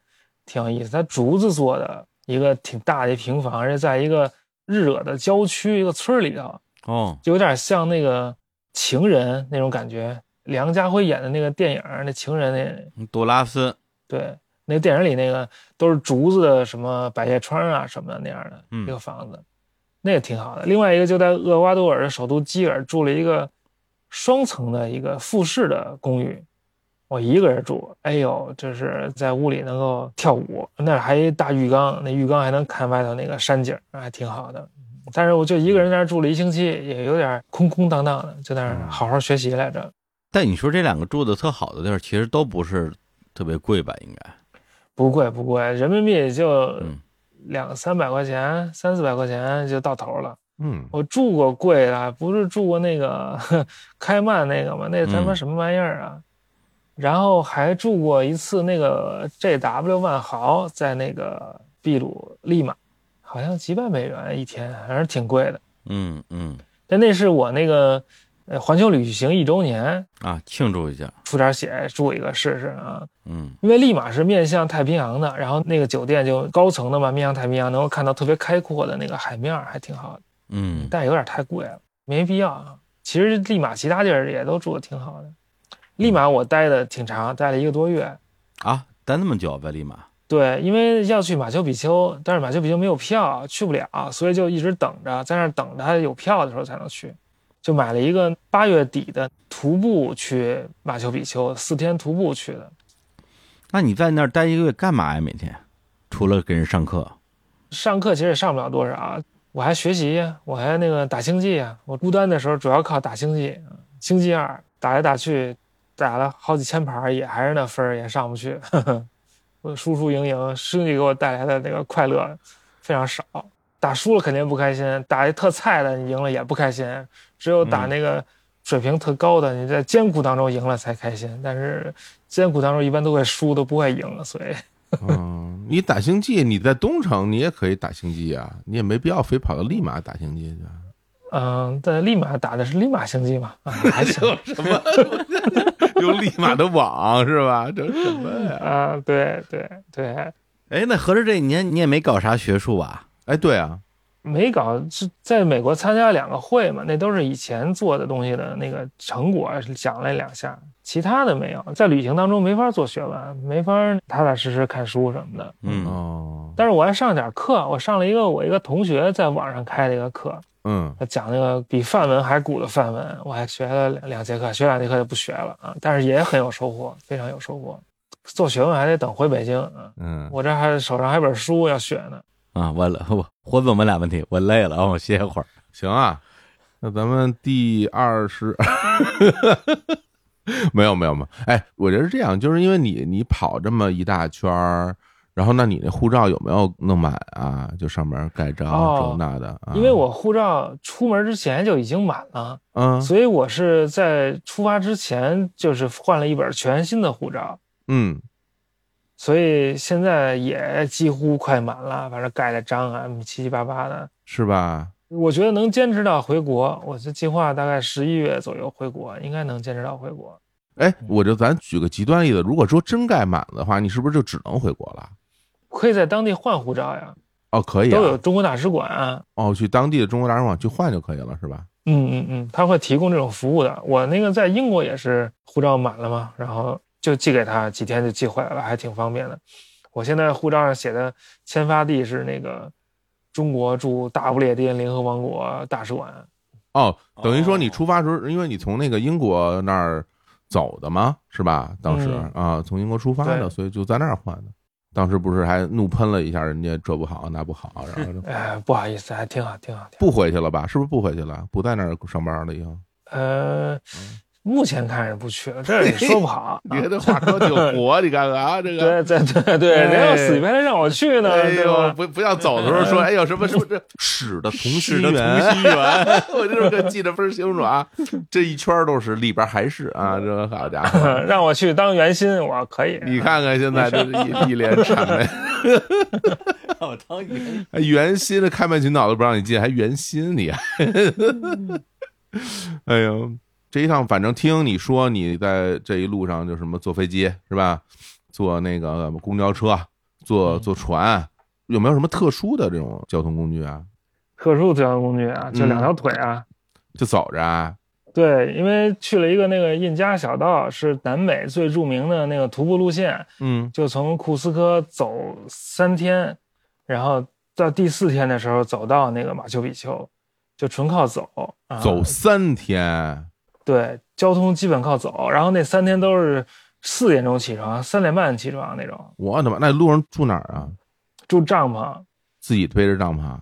挺有意思，它竹子做的一个挺大的一平房，而且在一个日惹的郊区一个村儿里头，
哦，
就有点像那个情人那种感觉。梁家辉演的那个电影儿那情人那
杜拉斯，
对，那个电影里那个都是竹子的什么百叶窗啊什么的那样的
嗯
一个房子，那也挺好的。另外一个就在厄瓜多尔的首都基尔住了一个双层的一个复式的公寓，我一个人住，哎呦，就是在屋里能够跳舞，那儿还有一大浴缸，那浴缸还能看外头那个山景，还挺好的。但是我就一个人在那儿住了一星期，也有点空空荡荡的，就在那儿好好学习来着。
但你说这两个住的特好的地儿，其实都不是特别贵吧？应该，
不贵不贵，人民币也就
嗯
两三百块钱、三四百块钱就到头了。
嗯，
我住过贵的，不是住过那个 呵开曼那个吗？那他妈
嗯
什么玩意儿啊！然后还住过一次那个 JW 万豪，在那个秘鲁利马，好像几百美元一天，反正挺贵的。
嗯嗯，
但那是我那个呃环球旅行一周年，
啊，庆祝一下，
出点血住一个试试啊。
嗯
因为利马是面向太平洋的，然后那个酒店就高层的嘛，面向太平洋，能够看到特别开阔的那个海面儿，还挺好的，
嗯，
但有点太贵了，没必要啊。其实利马其他地儿也都住的挺好的，利马我待的挺长，待了一个多月。
啊，待那么久在利马，
对，因为要去马丘比丘，但是马丘比丘没有票，去不了，所以就一直等着，在那儿等着它有票的时候才能去。就买了一个八月底的徒步去马丘比丘，四天徒步去的。
那你在那儿待一个月干嘛呀？每天除了给人上 课，
上课其实也上不了多少啊，我还学习呀，我还那个打星际啊。我孤单的时候主要靠打星际，星际二打来打去，打了好几千盘儿，也还是那分儿，也上不去。 呵呵我输输赢赢，星际给我带来的那个快乐非常少。打输了肯定不开心，打一特菜的你赢了也不开心，只有打那个水平特高的，你在艰苦当中赢了才开心。但是艰苦当中一般都会输，都不会赢，所以。
嗯，你打星际，你在东城你也可以打星际啊，你也没必要非跑到利马打星际去啊。
嗯，但利马打的是利马星际嘛，啊，还行
什么有立马的网是吧？这什么呀？
啊，对对对，
哎，那合着这一年你也没搞啥学术吧？
哎，对啊，
没搞是在美国参加两个会嘛，那都是以前做的东西的那个成果，讲了两下，其他的没有。在旅行当中没法做学问，没法踏踏实实看书什么的。
嗯
哦，
但是我还上点课，我上了一个我一个同学在网上开的一个课，
嗯，
他讲那个比范文还古的范文，我还学了两两节课，学两节课就不学了啊，但是也很有收获，非常有收获。做学问还得等回北京啊，
嗯，
我这还手上还有本书要学呢。
啊，我我我问我们俩问题，我累了，让我 歇会儿。
行啊，那咱们第二十， 没有没有没有，哎，我觉得是这样，就是因为你你跑这么一大圈儿，然后那你那护照有没有弄满啊？就上面盖章
哦
这那的，啊
因为我护照出门之前就已经满了，
嗯
所以我是在出发之前就是换了一本全新的护照，
嗯
所以现在也几乎快满了，反正盖的章啊七七八八的。
是吧？
我觉得能坚持到回国，我是计划大概十一月左右回国，应该能坚持到回国。
哎，
嗯
我就咱举个极端例子，如果说真盖满的话，你是不是就只能回国了？
可以在当地换护照呀，
哦，可以、
都有
啊，
中国大使馆啊、
哦，去当地的中国大使馆去换就可以了，是吧？
嗯嗯嗯，他会提供这种服务的。我那个在英国也是护照满了嘛，然后就寄给他，几天就寄回来了，还挺方便的。我现在护照上写的签发地是那个中国驻大不列颠联合王国大使馆，
哦，等于说你
哦
出发时候，因为你从那个英国那儿走的嘛，是吧？当时
嗯
啊，从英国出发的，
对
所以就在那儿换的。当时不是还怒喷了一下人家这不好那不好，然 后就
哎，不好意思，还挺好，挺好，挺好。
不回去了吧？是不是不回去了？不在那儿上班了以后？。
呃，目前看是不去了，这也说不好
这话说挺 活，你看看啊，这
对对对对，人家要死皮赖脸让我去呢，
哎
对
呦，
吧？
不不要走的时 候说，哎呦，什么什么这屎的同
屎
心
的
圆，
同心圆，
我这个记得分清楚啊，这一圈儿都是里边还是啊，这好家 伙，
嗯让我去当圆心，我可以。
你看看现在这一一脸谄媚，
我当你
哎原心的开曼群岛都不让你进，还原心你，啊
嗯
哎呦，这一趟反正听你说你在这一路上就什么坐飞机是吧，坐那个公交车，
嗯
坐坐船，有没有什么特殊的这种交通工具啊？
特殊交通工具啊，就
嗯
两条腿啊。
就走着啊？
对，因为去了一个那个印加小道，是南美最著名的那个徒步路线，
嗯
就从库斯科走三天，然后到第四天的时候走到那个马丘比丘，就纯靠走。啊、
走三天，
对，交通基本靠走，然后那三天都是四点钟起床，三点半起床那种，
我的妈！那路上住哪儿啊？
住帐篷，
自己推着帐篷啊？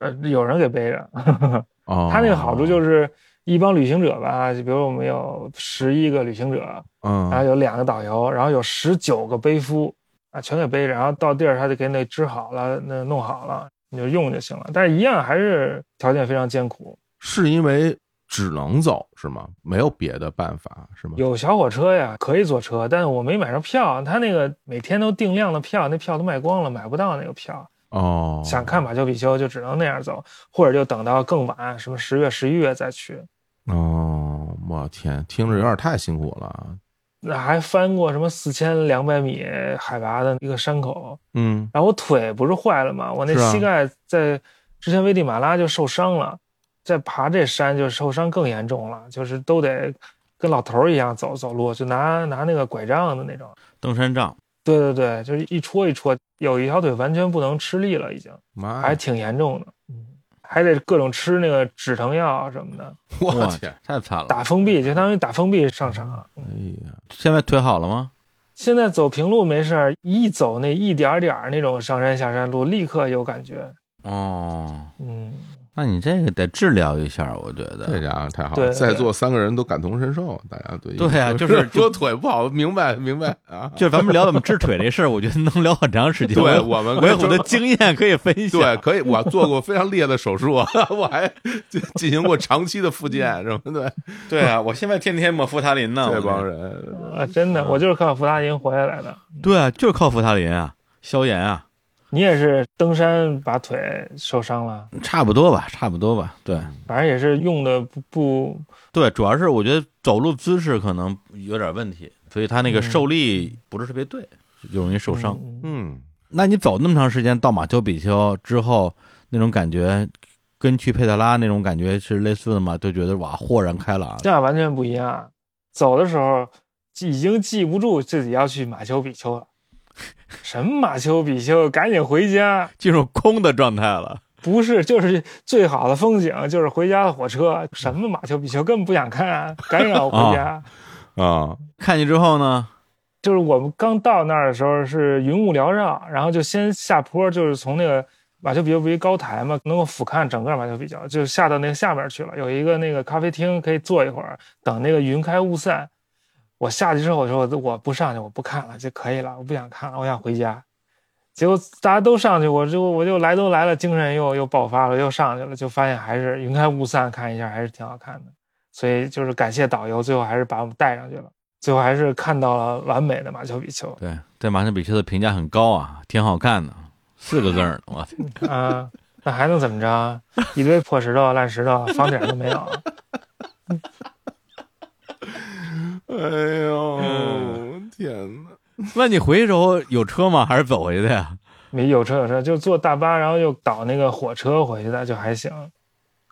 呃，有人给背着。
哦，
它那个好处就是一帮旅行者吧，就比如我们有十一个旅行者，然后
嗯，
有两个导游，然后有十九个背夫啊，全给背着，然后到地儿他就给你支好了，那弄好了你就用就行了。但是一样还是条件非常艰苦，
是因为只能走是吗？没有别的办法是吗？
有小火车呀，可以坐车，但是我没买上票，他那个每天都定量的票，那票都卖光了，买不到那个票。
哦，
想看马丘比丘就只能那样走，或者就等到更晚，什么十月、十一月再去。
哦，我天，听着有点太辛苦了。
那还翻过什么四千两百米海拔的一个山口，
嗯，
然后我腿不是坏了吗？我那
是啊
膝盖在之前危地马拉就受伤了，在爬这山就受伤更严重了，就是都得跟老头儿一样走走路，就拿拿那个拐杖的那种。
登山杖，
对对对，就是一戳一戳，有一条腿完全不能吃力了，已经
妈
还
呀，
挺严重的，嗯，还得各种吃那个止疼药啊什么的，
哎我
哇
天，，
太惨了！
打封闭，就相当于打封闭上场。嗯
哎呀，
现在腿好了吗？
现在走平路没事儿，一走那一点儿点儿那种上山下山路，立刻有感觉。
哦，
嗯，
那你这个得治疗一下，我觉得。
这家伙太好
对
了，
对
在座三个人都感同身受，大家对
对啊
就
就是
说腿不好，明白明白啊。
就咱们聊咱们治腿这事儿，我觉得能聊很长时间。
对
我
我们
我有我的啊经验可以分享。
对，可以，我做过非常烈的手术， 我还进进行过长期的复健什么的，
对啊，我现在天天抹扶他林呢
这帮人
啊，真的，我就是靠扶他林回来的。
对啊，就是靠扶他林啊，消炎啊。
你也是登山把腿受伤了，
差不多吧，差不多吧，对
反正也是用的不不
对，主要是我觉得走路姿势可能有点问题，所以他那个
嗯
受力不是特别对，就容易受伤。
嗯
嗯，
那你走那么长时间到马丘比丘之后，那种感觉跟去佩特拉那种感觉是类似的吗？就觉得哇，豁然开朗。
那完全不一样。走的时候记已经记不住自己要去马丘比丘了，什么马丘比丘，赶紧回家。
进入空的状态了。
不是，就是最好的风景，就是回家的火车。什么马丘比丘根本不想看，赶紧让我回家。
啊，
看见之后呢，
就是我们刚到那儿的时候是云雾缭绕，然后就先下坡，就是从那个马丘比丘不是一高台嘛，能够俯瞰整个马丘比丘，就下到那个下边去了。有一个那个咖啡厅可以坐一会儿，等那个云开雾散。我下去之后，我说我我不上去，我不看了就可以了，我不想看了，我想回家。结果大家都上去，我就我就来都来了，精神又又爆发了，又上去了，就发现还是云开雾散，看一下还是挺好看的。所以就是感谢导游，最后还是把我们带上去了。最后还是看到了完美的马丘比丘
对对马丘比丘的评价很高啊，挺好看的，四个字儿呢， 我天
啊、那还能怎么着？一堆破石头、烂石头，房顶都没有。
哎呦，天哪！
那你回去时候有车吗？还是走回去的呀？
没有车有车，就坐大巴，然后又倒那个火车回去的，就还行。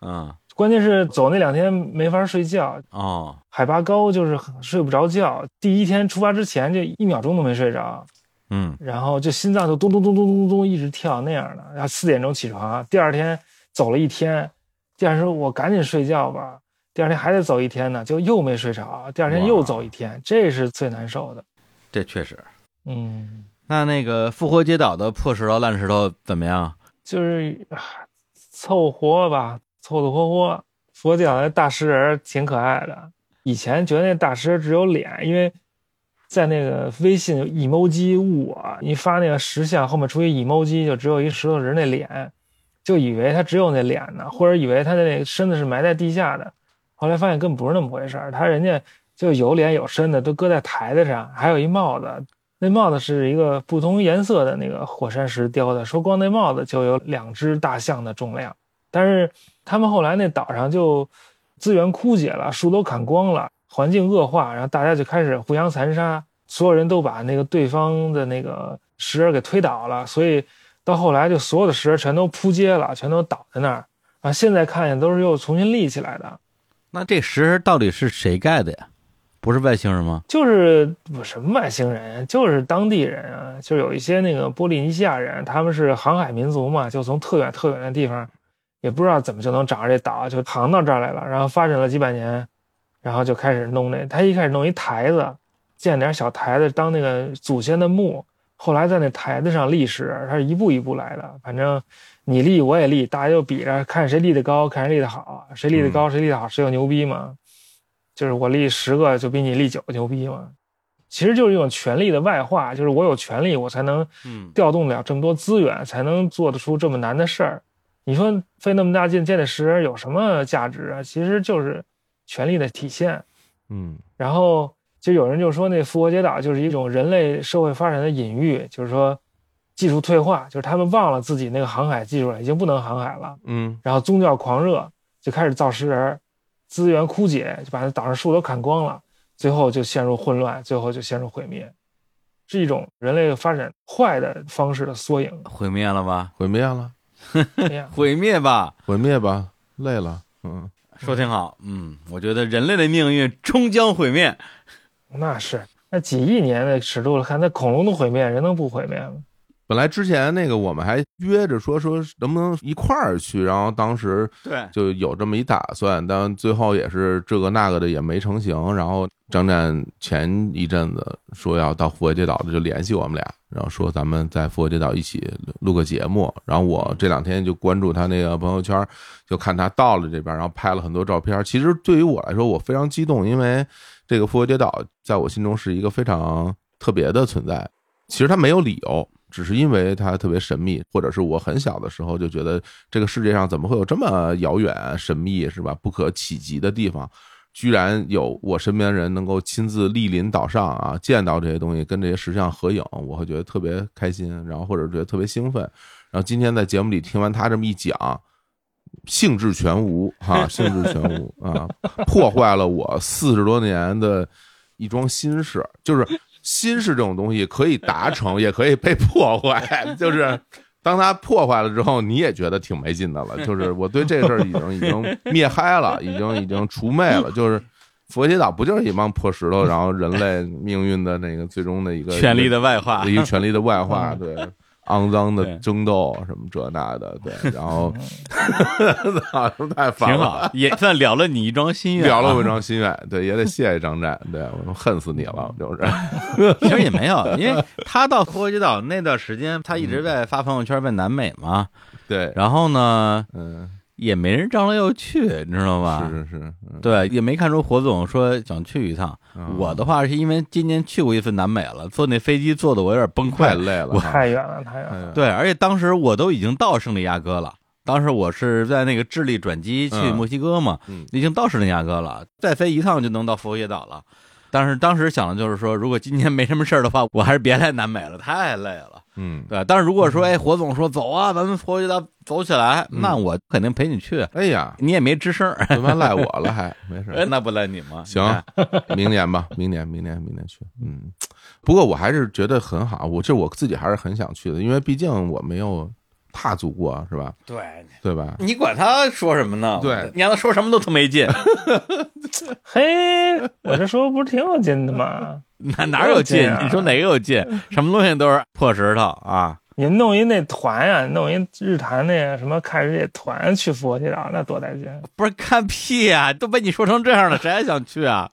嗯，
关键是走那两天没法睡觉，
哦，
海拔高就是很睡不着觉。第一天出发之前，这一秒钟都没睡着，
嗯，
然后就心脏就咚咚咚咚咚咚一直跳那样的。然后四点钟起床，第二天走了一天，第二天说我赶紧睡觉吧，第二天还得走一天呢，就又没睡着，第二天又走一天，这是最难受的。
这确实。
嗯，
那那个复活节岛的破石头、烂石头怎么样？
就是啊凑合吧，凑凑合合。佛教那大石人儿挺可爱的，以前觉得那大石人只有脸，因为在那个微信有 emoji 误我，你发那个石像后面出一 emoji 就只有一石头人那脸，就以为他只有那脸呢，或者以为他的那个身子是埋在地下的，后来发现根本不是那么回事儿，他人家就有脸有身子，都搁在台子上，还有一帽子，那帽子是一个不同颜色的那个火山石雕的，说光那帽子就有两只大象的重量。但是他们后来那岛上就资源枯竭了，树都砍光了，环境恶化，然后大家就开始互相残杀，所有人都把那个对方的那个石人给推倒了，所以到后来就所有的石人全都扑街了，全都倒在那儿。啊，现在看见都是又重新立起来的，
那这石人到底是谁盖的呀？不是外星人吗？
就是不什么外星人，就是当地人啊，就有一些那个波利尼西亚人，他们是航海民族嘛，就从特远特远的地方，也不知道怎么就能找着这岛，就航到这儿来了，然后发展了几百年，然后就开始弄那，他一开始弄一台子，建点小台子当那个祖先的墓，后来在那台子上立石，他是一步一步来的，反正你立我也立，大家就比着看谁立得高，看谁立得好，谁立得高谁立得好谁就牛逼嘛。就是我立十个就比你立九个牛逼嘛。其实就是一种权力的外化，就是我有权力，我才能
嗯，。
调动了这么多资源，才能做得出这么难的事儿。你说费那么大劲建的石人有什么价值啊？其实就是权力的体现。
嗯
然后就有人就说，那复活节岛就是一种人类社会发展的隐喻，就是说技术退化，就是他们忘了自己那个航海技术了，已经不能航海了。
嗯
然后宗教狂热就开始造石人儿，资源枯竭就把那岛上树都砍光了，最后就陷入混乱，最后就陷入毁灭，是一种人类发展坏的方式的缩影
毁灭了吧？
毁灭了，
哎呀，
毁灭吧！
毁灭吧，累了，嗯，
说挺好，嗯，我觉得人类的命运终将毁灭。
那是那几亿年的尺度了，看那恐龙都毁灭，人能不毁灭吗？
本来之前那个我们还约着说说能不能一块儿去，然后当时
对，
就有这么一打算，但最后也是这个那个的也没成型。然后张战前一阵子说要到复活节岛的，就联系我们俩，然后说咱们在复活节岛一起录个节目。然后我这两天就关注他那个朋友圈，就看他到了这边，然后拍了很多照片。其实对于我来说，我非常激动，因为这个复活节岛在我心中是一个非常特别的存在。其实它没有理由，只是因为它特别神秘，或者是我很小的时候就觉得这个世界上怎么会有这么遥远、神秘是吧？不可企及的地方？居然有我身边人能够亲自莅临岛上啊，见到这些东西，跟这些石像合影，我会觉得特别开心，然后或者觉得特别兴奋。然后今天在节目里听完他这么一讲，兴致全无哈，兴致全无啊，破坏了我四十多年的一桩心事，就是心事这种东西可以达成，也可以被破坏，就是。当它破坏了之后，你也觉得挺没劲的了。就是我对这事儿已经已经灭嗨了，已经已经除魅了。就是佛杰岛不就是一帮破石头，然后人类命运的那个最终的一个
权力的外化
一，个权力的外化，对，肮脏
啊嗯对
的争斗什么这那的， 对，然后 太烦
嗯挺
了。
好， 也算了了你一桩心愿啊。
聊了 我一桩心愿，对，也得谢谢张湛，对我都恨死你了， 就是，
其实也 没有，因为他到科学岛那段时间，他一直在发朋友圈问南美嘛，
对，
然后呢，
嗯，
也没人张罗要去，你知道吧？
是是是，嗯
对，也没看出火总说想去一趟。
嗯
我的话是因为今年去过一次南美了，坐那飞机坐的我有点崩
太
溃。
累了，
我
哈
太远了，太远了。
哎
对，而且当时我都已经到圣地亚哥了，当时我是在那个智利转机去
嗯
墨西哥嘛，
嗯
已经到圣地亚哥了，再飞一趟就能到佛耶岛了。但是当时想的就是说，如果今年没什么事儿的话，我还是别来南美了，太累了。
嗯，
对，但是如果说，哎，火总说走啊，咱们佛耶岛走起来，
嗯
那我肯定陪你去，
哎呀，
你也没吱声儿，
他妈赖我了还，没事，
那不赖你吗？
行
你看，
明年吧，明年，明年，明年去。嗯，不过我还是觉得很好，我这我自己还是很想去的，因为毕竟我没有踏足过，是吧？
对，
对吧？
你管他说什么呢？
对
你让他说什么都特没劲，
嘿，我这说不是挺有劲的吗？
哪哪有 劲？你说哪个有劲？什么东西都是破石头啊！
你弄一那团呀、弄一日坛那个什么看日夜团去复活节岛，那多带劲！啊
不是看屁呀、都被你说成这样了，谁还想去啊？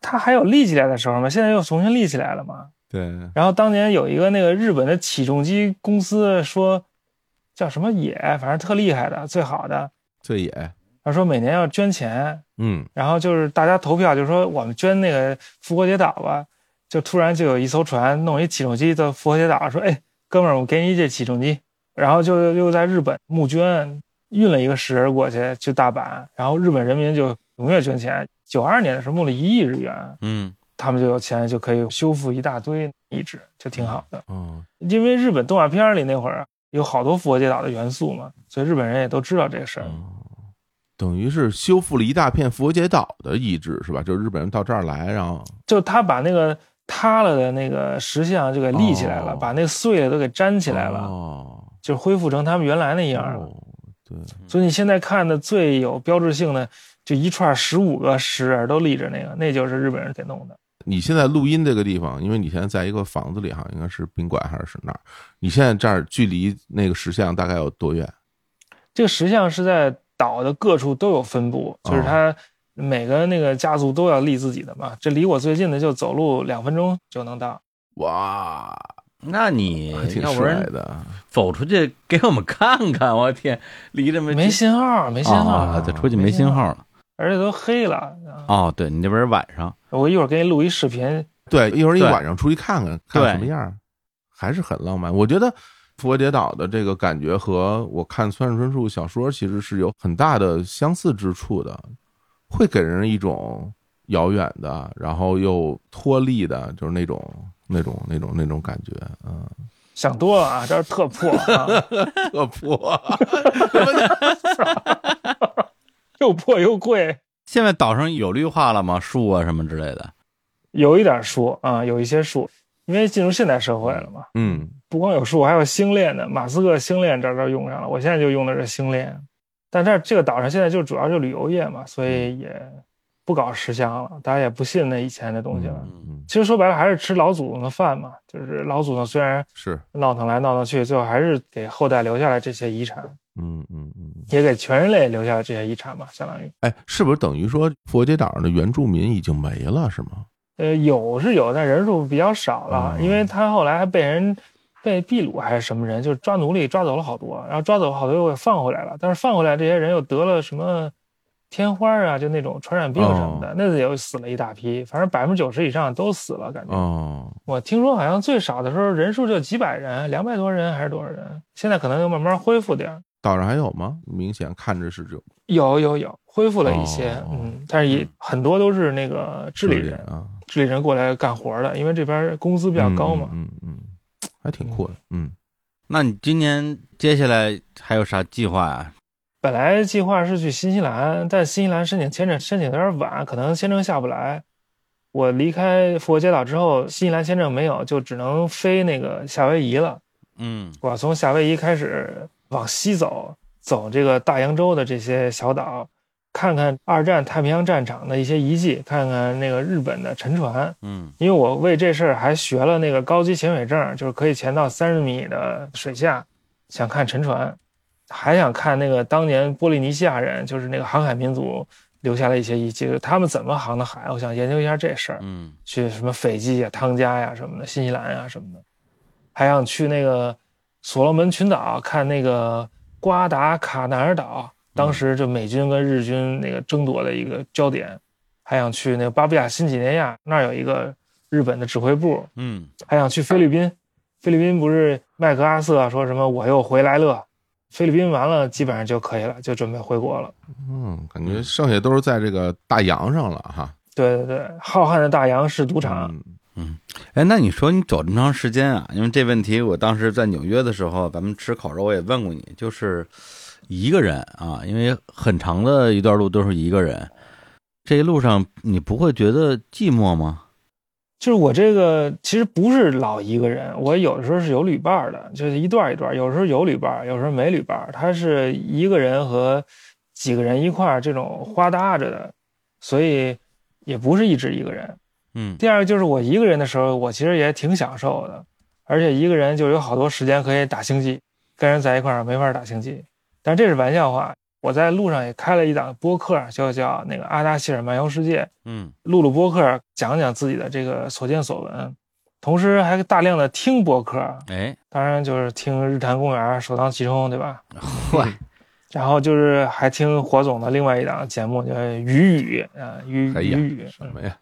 他还有立起来的时候吗？现在又重新立起来了嘛。
对，
然后当年有一个那个日本的起重机公司说，叫什么野，反正特厉害的，最好的。
最野，
他说每年要捐钱，
嗯，
然后就是大家投票，就是说我们捐那个复活节岛吧。就突然就有一艘船弄一起重机到复活节岛，说：“哎，哥们儿，我给你这起重机。”然后就又在日本募捐，运了一个石人过去，去大阪，然后日本人民就踊跃捐钱。九二年的时候募了一亿日元，
嗯，
他们就有钱就可以修复一大堆遗址，就挺好的。
哦，
因为日本动画片里那会儿有好多复活节岛的元素嘛，所以日本人也都知道这个事儿。
哦等于是修复了一大片佛节岛的遗址，是吧？就是日本人到这儿来，然后
就他把那个塌了的那个石像就给立起来了，
哦
把那个碎的都给粘起来了，
哦，
就恢复成他们原来那样了。
哦，对，
所以你现在看的最有标志性的，就一串十五个石人都立着那个，那就是日本人给弄的。
你现在录音这个地方，因为你现在在一个房子里哈，应该是宾馆还是哪儿？你现在这儿距离那个石像大概有多远？
这个石像是在岛的各处都有分布，就是它每个那个家族都要立自己的嘛。这离我最近的就走路两分钟就能到。
哇，
那你
还挺
要不
帅
然
的。
走出去给我们看看，我天，离这么
没信号，没信号，
啊，对，出去没信号了。
而且都黑了。啊
哦，对你这边是晚上，
我一会儿给你录一视频，
对，一会儿你
对
晚上出去看看，看
对
什么样儿，还是很浪漫。我觉得复活节岛的这个感觉和我看村上春树小说其实是有很大的相似之处的，会给人一种遥远的，然后又脱力的，就是那种那种那种那种感觉，嗯。
想多了啊，这儿特破、啊，
特破，
又破又贵，
现在岛上有绿化了吗？树啊什么之类的。
有一点树啊，有一些树，因为进入现代社会了嘛，
嗯，
不光有树，还有星链呢。马斯克星链这儿这儿用上了，我现在就用的是星链，但这儿这个岛上现在就主要就旅游业嘛，所
嗯
以也不搞石像了，大家也不信那以前的东西了。
嗯嗯
其实说白了还是吃老祖宗的饭嘛，就是老祖宗虽然
是，
闹腾来闹腾去，最后还是给后代留下来这些遗产，
嗯嗯嗯，
也给全人类留下了这些遗产嘛，相当于。
哎，是不是等于说佛街岛上的原住民已经没了，是吗？
呃，有是有，但人数比较少了，
哦
因为他后来还被人被秘鲁还是什么人，就是抓奴隶抓走了好多，然后抓走好多又给放回来了，但是放回来这些人又得了什么天花啊，就那种传染病什么的，那又死了一大批，反正百分之九十以上都死了，感觉。
哦，
我听说好像最少的时候人数就几百人，两百多人还是多少人，现在可能又慢慢恢复点儿。
岛上还有吗？明显看着是这种
有有有，恢复了一些，
哦
嗯，但是也很多都是那个治理
有点
人，
啊，
治理人过来干活的，因为这边工资比较高嘛。
嗯嗯嗯，嗯还挺酷的，嗯
那你今年接下来还有啥计划啊呀、
本来计划是去新西兰，但新西兰申请签证申请有点晚，可能签证下不来。我离开复活节岛之后，新西兰签证没有，就只能飞那个夏威夷了。
嗯
我从夏威夷开始往西走，走这个大洋洲的这些小岛，看看二战太平洋战场的一些遗迹，看看那个日本的沉船。
嗯
因为我为这事儿还学了那个高级潜水证，就是可以潜到三十米的水下，想看沉船，还想看那个当年波利尼西亚人，就是那个航海民族留下的一些遗迹，就是他们怎么航的海，我想研究一下这事儿。
嗯
去什么斐济呀、汤加呀什么的，新西兰啊呀什么的，还想去那个所罗门群岛看那个瓜达卡纳尔岛，当时就美军跟日军那个争夺的一个焦点，还想去那个巴布亚新几内亚，那儿有一个日本的指挥部，
嗯
还想去菲律宾。菲律宾不是麦克阿瑟说什么我又回来了，菲律宾完了基本上就可以了，就准备回国了。
嗯，感觉剩下都是在这个大洋上了哈，
对对对，浩瀚的大洋是赌场，
嗯
哎，那你说你走这么长时间啊？因为这问题，我当时在纽约的时候，咱们吃烤肉，我也问过你，就是一个人啊，因为很长的一段路都是一个人，这一路上你不会觉得寂寞吗？
就是我这个其实不是老一个人，我有的时候是有旅伴儿的，就是一段儿一段儿，有时候有旅伴儿，有时候没旅伴儿。他是一个人和几个人一块儿这种花搭着的，所以也不是一直一个人。
嗯
第二个就是我一个人的时候，我其实也挺享受的，而且一个人就有好多时间可以打星际，跟人在一块儿没法打星际。但这是玩笑话，我在路上也开了一档播客，就叫那个阿达希尔漫游世界。
嗯
录录播客，讲讲自己的这个所见所闻，同时还大量的听播客，
哎，
当然就是听日坛公园首当其冲，对吧？
哇，
然后就是还听火总的另外一档节目，叫《雨雨》啊，雨
哎
雨
呀
雨，
什
嗯
么呀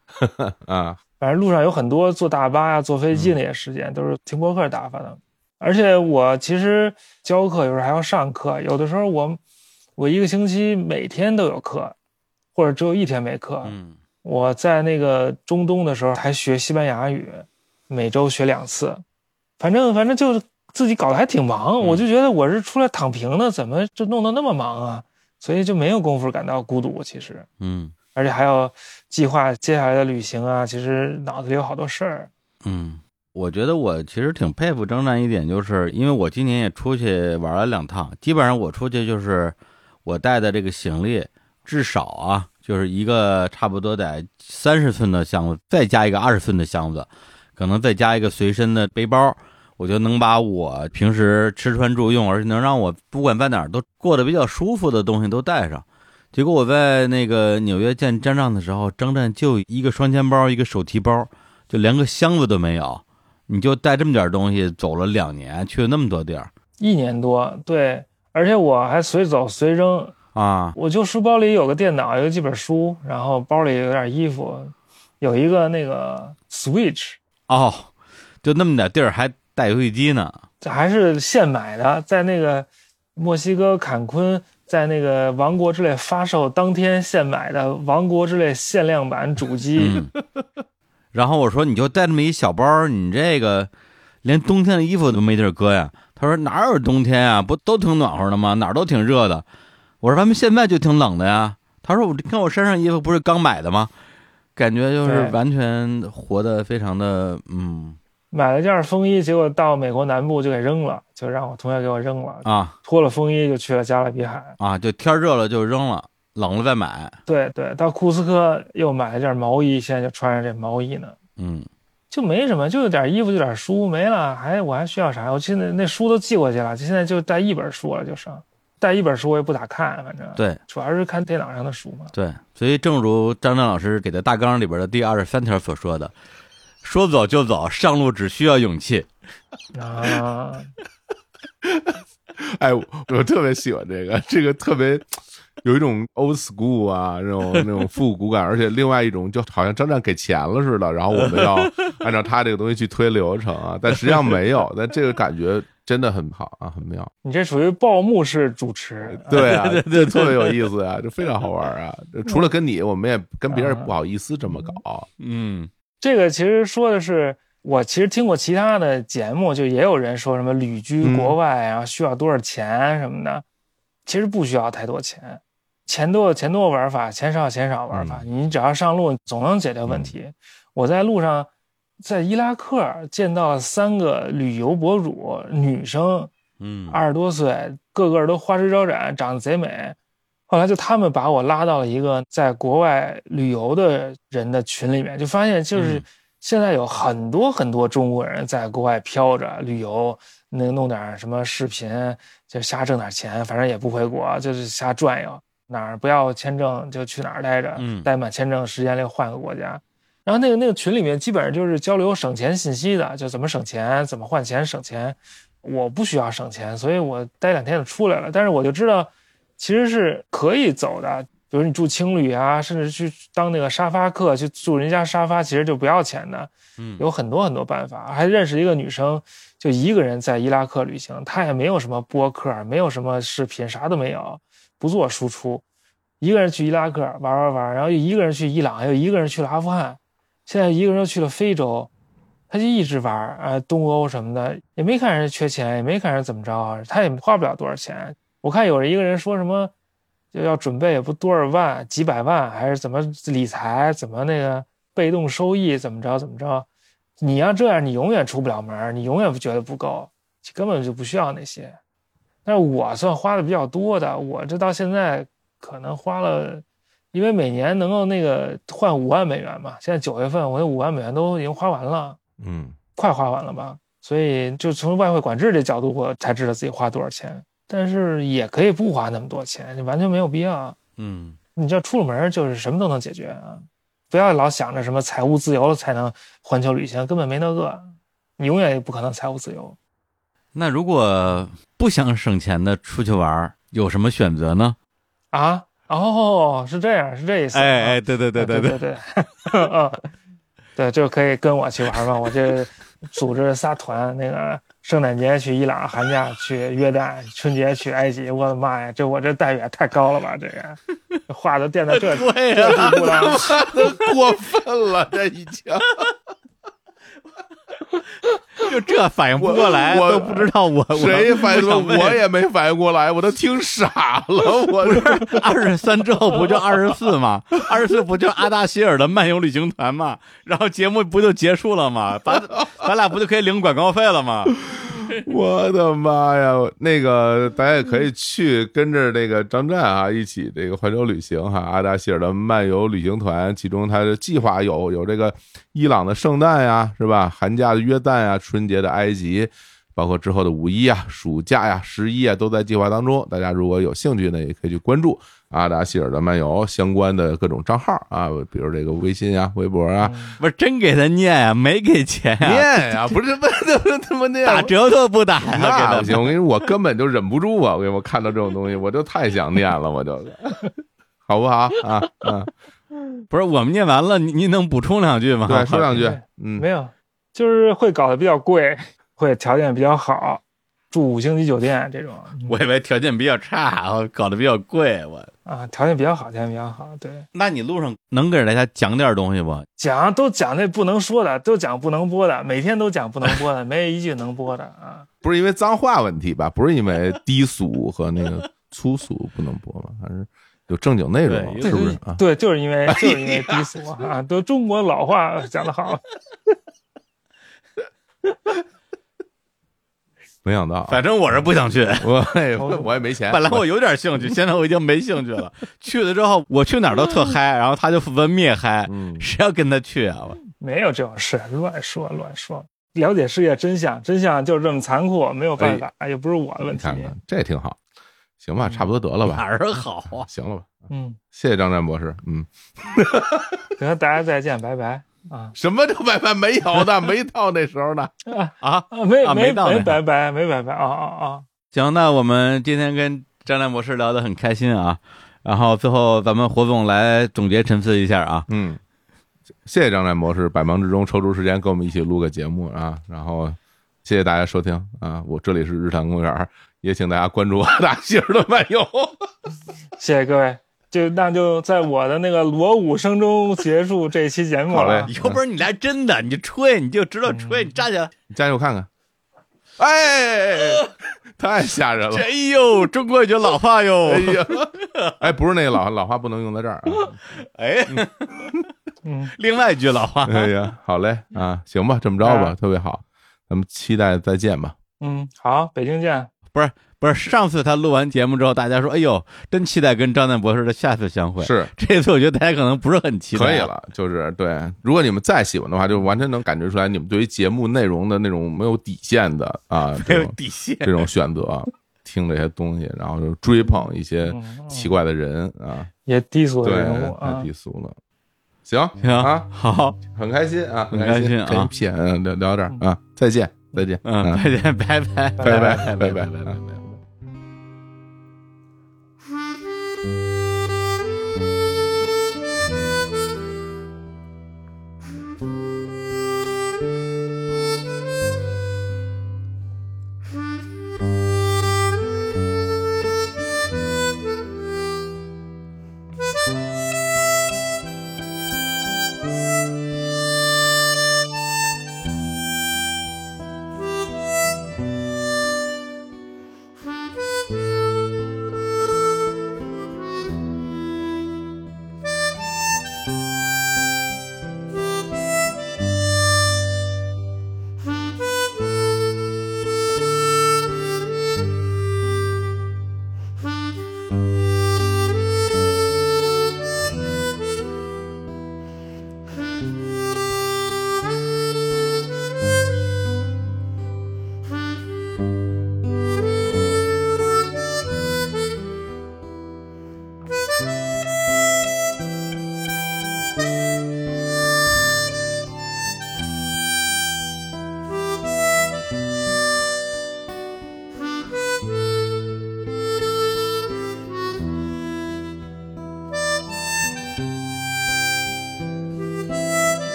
啊，
反正路上有很多坐大巴呀、坐飞机那些时间，都是听播客打发的。而且我其实教课有时候还要上课，有的时候我我一个星期每天都有课，或者只有一天没课，
嗯
我在那个中东的时候还学西班牙语，每周学两次，反正反正就是自己搞得还挺忙，我就觉得我是出来躺平的，怎么就弄得那么忙啊？所以就没有功夫感到孤独，其实，
嗯
而且还要计划接下来的旅行啊，其实脑子里有好多事儿。
嗯，我觉得我其实挺佩服张战一点，就是因为我今年也出去玩了两趟，基本上我出去就是我带的这个行李至少啊，就是一个差不多得三十寸的箱子，再加一个二十寸的箱子，可能再加一个随身的背包，我就能把我平时吃穿住用，而且能让我不管在哪儿都过得比较舒服的东西都带上。结果我在那个纽约见张战的时候，张战就一个双肩包，一个手提包，就连个箱子都没有，你就带这么点东西走了两年，去了那么多地儿
一年多，对，而且我还随走随扔，
啊！
我就书包里有个电脑，有几本书，然后包里有点衣服，有一个那个 Switch，
哦，就那么点地儿还带游戏机呢，
这还是现买的，在那个墨西哥坎昆，在那个《王国之泪》发售当天现买的《王国之泪》限量版主机，
嗯，然后我说你就带这么一小包儿，你这个连冬天的衣服都没地儿搁呀？他说哪有冬天啊，不都挺暖和的吗？哪儿都挺热的。我说咱们现在就挺冷的呀。他说我看我身上衣服不是刚买的吗？感觉就是
对
完全活得非常的嗯
买了件风衣，结果到美国南部就给扔了，就让我同学给我扔了，
啊
脱了风衣就去了加勒比海。
啊，就天儿热了就扔了，冷了再买。
对对，到库斯科又买了件毛衣，现在就穿着这毛衣呢。
嗯
就没什么，就有点衣服，就点书，没了，还我还需要啥？我现在那书都寄过去了，现在就带一本书了，就剩带一本书，我也不咋看，反正
对
主要是看电脑上的书嘛。
对，所以正如张张老师给的大纲里边的第二十三条所说的，说走就走，上路只需要勇气。
啊，
哎，我我特别喜欢这个，这个特别有一种 old school 啊，那种那种复古感，而且另外一种就好像张战给钱了似的，然后我们要按照他这个东西去推流程啊，但实际上没有，但这个感觉真的很好啊，很妙。
你这属于报幕式主持，
对啊，对对，特别有意思啊，就非常好玩啊。除了跟你，我们也跟别人不好意思这么搞。
嗯
这个其实说的是，我其实听过其他的节目，就也有人说什么旅居国外啊，需要多少钱什么的，其实不需要太多钱，钱多有钱多玩法，钱少有钱少玩法，你只要上路总能解决问题。我在路上在伊拉克见到了三个旅游博主，女生
嗯，
二十多岁，个个都花枝招展，长得贼美。后来就他们把我拉到了一个在国外旅游的人的群里面，就发现就是
嗯
现在有很多很多中国人在国外飘着旅游，那弄点什么视频，就瞎挣点钱，反正也不回国，就是瞎转悠，哪儿不要签证就去哪儿待着，
嗯
待满签证时间内换个国家。然后那个那个群里面基本上就是交流省钱信息的，就怎么省钱，怎么换钱省钱。我不需要省钱，所以我待两天就出来了。但是我就知道，其实是可以走的。比如你住青旅啊，甚至去当那个沙发客，去住人家沙发，其实就不要钱的。
嗯
有很多很多办法。还认识一个女生，就一个人在伊拉克旅行，她也没有什么播客，没有什么视频，啥都没有，不做输出，一个人去伊拉克玩玩玩，然后又一个人去伊朗，又一个人去了阿富汗，现在一个人又去了非洲，她就一直玩啊、呃东欧什么的，也没看人家缺钱，也没看人家怎么着啊，她也花不了多少钱。我看有人一个人说什么。就要准备也不多少万，几百万，还是怎么理财，怎么那个被动收益，怎么着怎么着，你要这样，你永远出不了门儿，你永远觉得不够，根本就不需要那些。但是我算花的比较多的，我这到现在可能花了，因为每年能够那个换五万美元嘛，现在九月份我那五万美元都已经花完了，
嗯，
快花完了吧，所以就从外汇管制这角度，我才知道自己花多少钱。但是也可以不花那么多钱，完全没有必要。啊
嗯
你这出了门儿就是什么都能解决啊！不要老想着什么财务自由了才能环球旅行，根本没那个，你永远也不可能财务自由。
那如果不想省钱的出去玩儿，有什么选择呢？
啊，哦，是这样，是这意思啊。
哎哎，对对对
对
对，
对， 嗯，对，就可以跟我去玩嘛。我这组织仨团，那个圣诞节去伊朗，寒假去约旦，春节去埃及。我的妈呀，这我这待遇也太高了吧！这个话都垫到这里，
对呀、
这地步了。
过分了，这已经。
就这反应不过来，
我我
都不知道我 我
谁反应
不
过？
想问
我也没反应过来，我都听傻了。我
二十三之后不就二十四吗？ 二十四不就阿达希尔的漫游旅行团吗？然后节目不就结束了吗？咱咱俩不就可以领广告费了吗？
我的妈呀！那个大家也可以去跟着这个张湛啊一起这个环球旅行哈、阿达希尔的漫游旅行团，其中他的计划有有这个伊朗的圣诞呀、是吧？寒假的约旦呀、啊春节的埃及，包括之后的五一啊、暑假呀、十一啊，都在计划当中。大家如果有兴趣呢，也可以去关注阿达希尔的漫游相关的各种账号啊，比如这个微信啊、微博啊。
不是真给他念呀、没给钱呀、
念呀、不是问的他妈念
打折都不打 呀、
那
给
不
他
行，我跟你说，我根本就忍不住啊！我跟你说，我看到这种东西，我就太想念了，我就，好不好啊？啊，
不是我们念完了，您您能补充两句吗？
对，说两句
对，
嗯
没，有，就是会搞得比较贵，会条件比较好，住五星级酒店这种
我以为条件比较差，我搞得比较贵，我。
啊，条件比较好，条件比较好。对，
那你路上能给大家讲点东西不？
讲都讲那不能说的，都讲不能播的，每天都讲不能播的，没一句能播的啊。
不是因为脏话问题吧？不是因为低俗和那个粗俗不能播吗？还是有正经内容，
对
是不是啊？
对，就是因为就是因为低俗啊，都中国老话讲得好。
没想到啊，
反正我是不想去。
我也 我也没钱，
本来我有点兴趣，现在我已经没兴趣 了。去了之后，我去哪儿都特嗨，然后他就负责灭嗨，
嗯
谁要跟他去啊？我
没有这种事，乱说乱说。了解世界真相，真相就是这么残酷，没有办法，哎也不是我的问
哎你
题。
看啊看这挺好，行吧，差不多得了
哪
吧，
儿好啊？
行了吧，
嗯，
谢谢张湛博士，嗯，
行，大家再见，拜拜啊
什么叫拜拜没有的，没到那时候呢，
啊，
啊，没
啊没
没
到那儿
没拜拜，没拜拜啊啊啊！
行，那我们今天跟张亮博士聊得很开心啊。然后最后咱们火总来总结陈词一下啊。
嗯，谢谢张湛博士百忙之中抽出时间跟我们一起录个节目啊，然后谢谢大家收听啊！我这里是日坛公园，也请大家关注阿达希尔的漫游。
谢谢各位，就那就在我的那个锣鼓声中结束这期节目
好嘞
了。啊
有本事你来真的，你就吹，你就知
嗯
道吹，你站起来。
你加油看看，哎，太吓人了！
哎呦，中国已经老化哟
嗯哎！呀，哎，不是那个老老话不能用在这儿啊！
哎，
嗯，
另外一句老话，
哎呀，好嘞啊，行吧，这么着吧，特别好，咱们期待再见吧。
嗯，好，北京见。
不是上次他录完节目之后，大家说，哎呦，真期待跟张旦博士的下次相会。，
是
这次我觉得大家可能不是很期待。啊
可以，了，就是对。如果你们再喜欢的话，就完全能感觉出来你们对于节目内容的那种没有底线的啊，
没
这
有
种
底线。
这种选择啊，听这些东西，然后就追捧一些
嗯，嗯
奇怪的人啊，
也低俗的
对
人物，
太
啊
低，俗了。行
行
啊，
好，
很开心啊，
很
开
开心啊
跟你骗聊聊点儿啊，再见，再见，
嗯，再见，拜拜，
拜拜，
拜
拜拜，
拜
拜
拜。
拜。
拜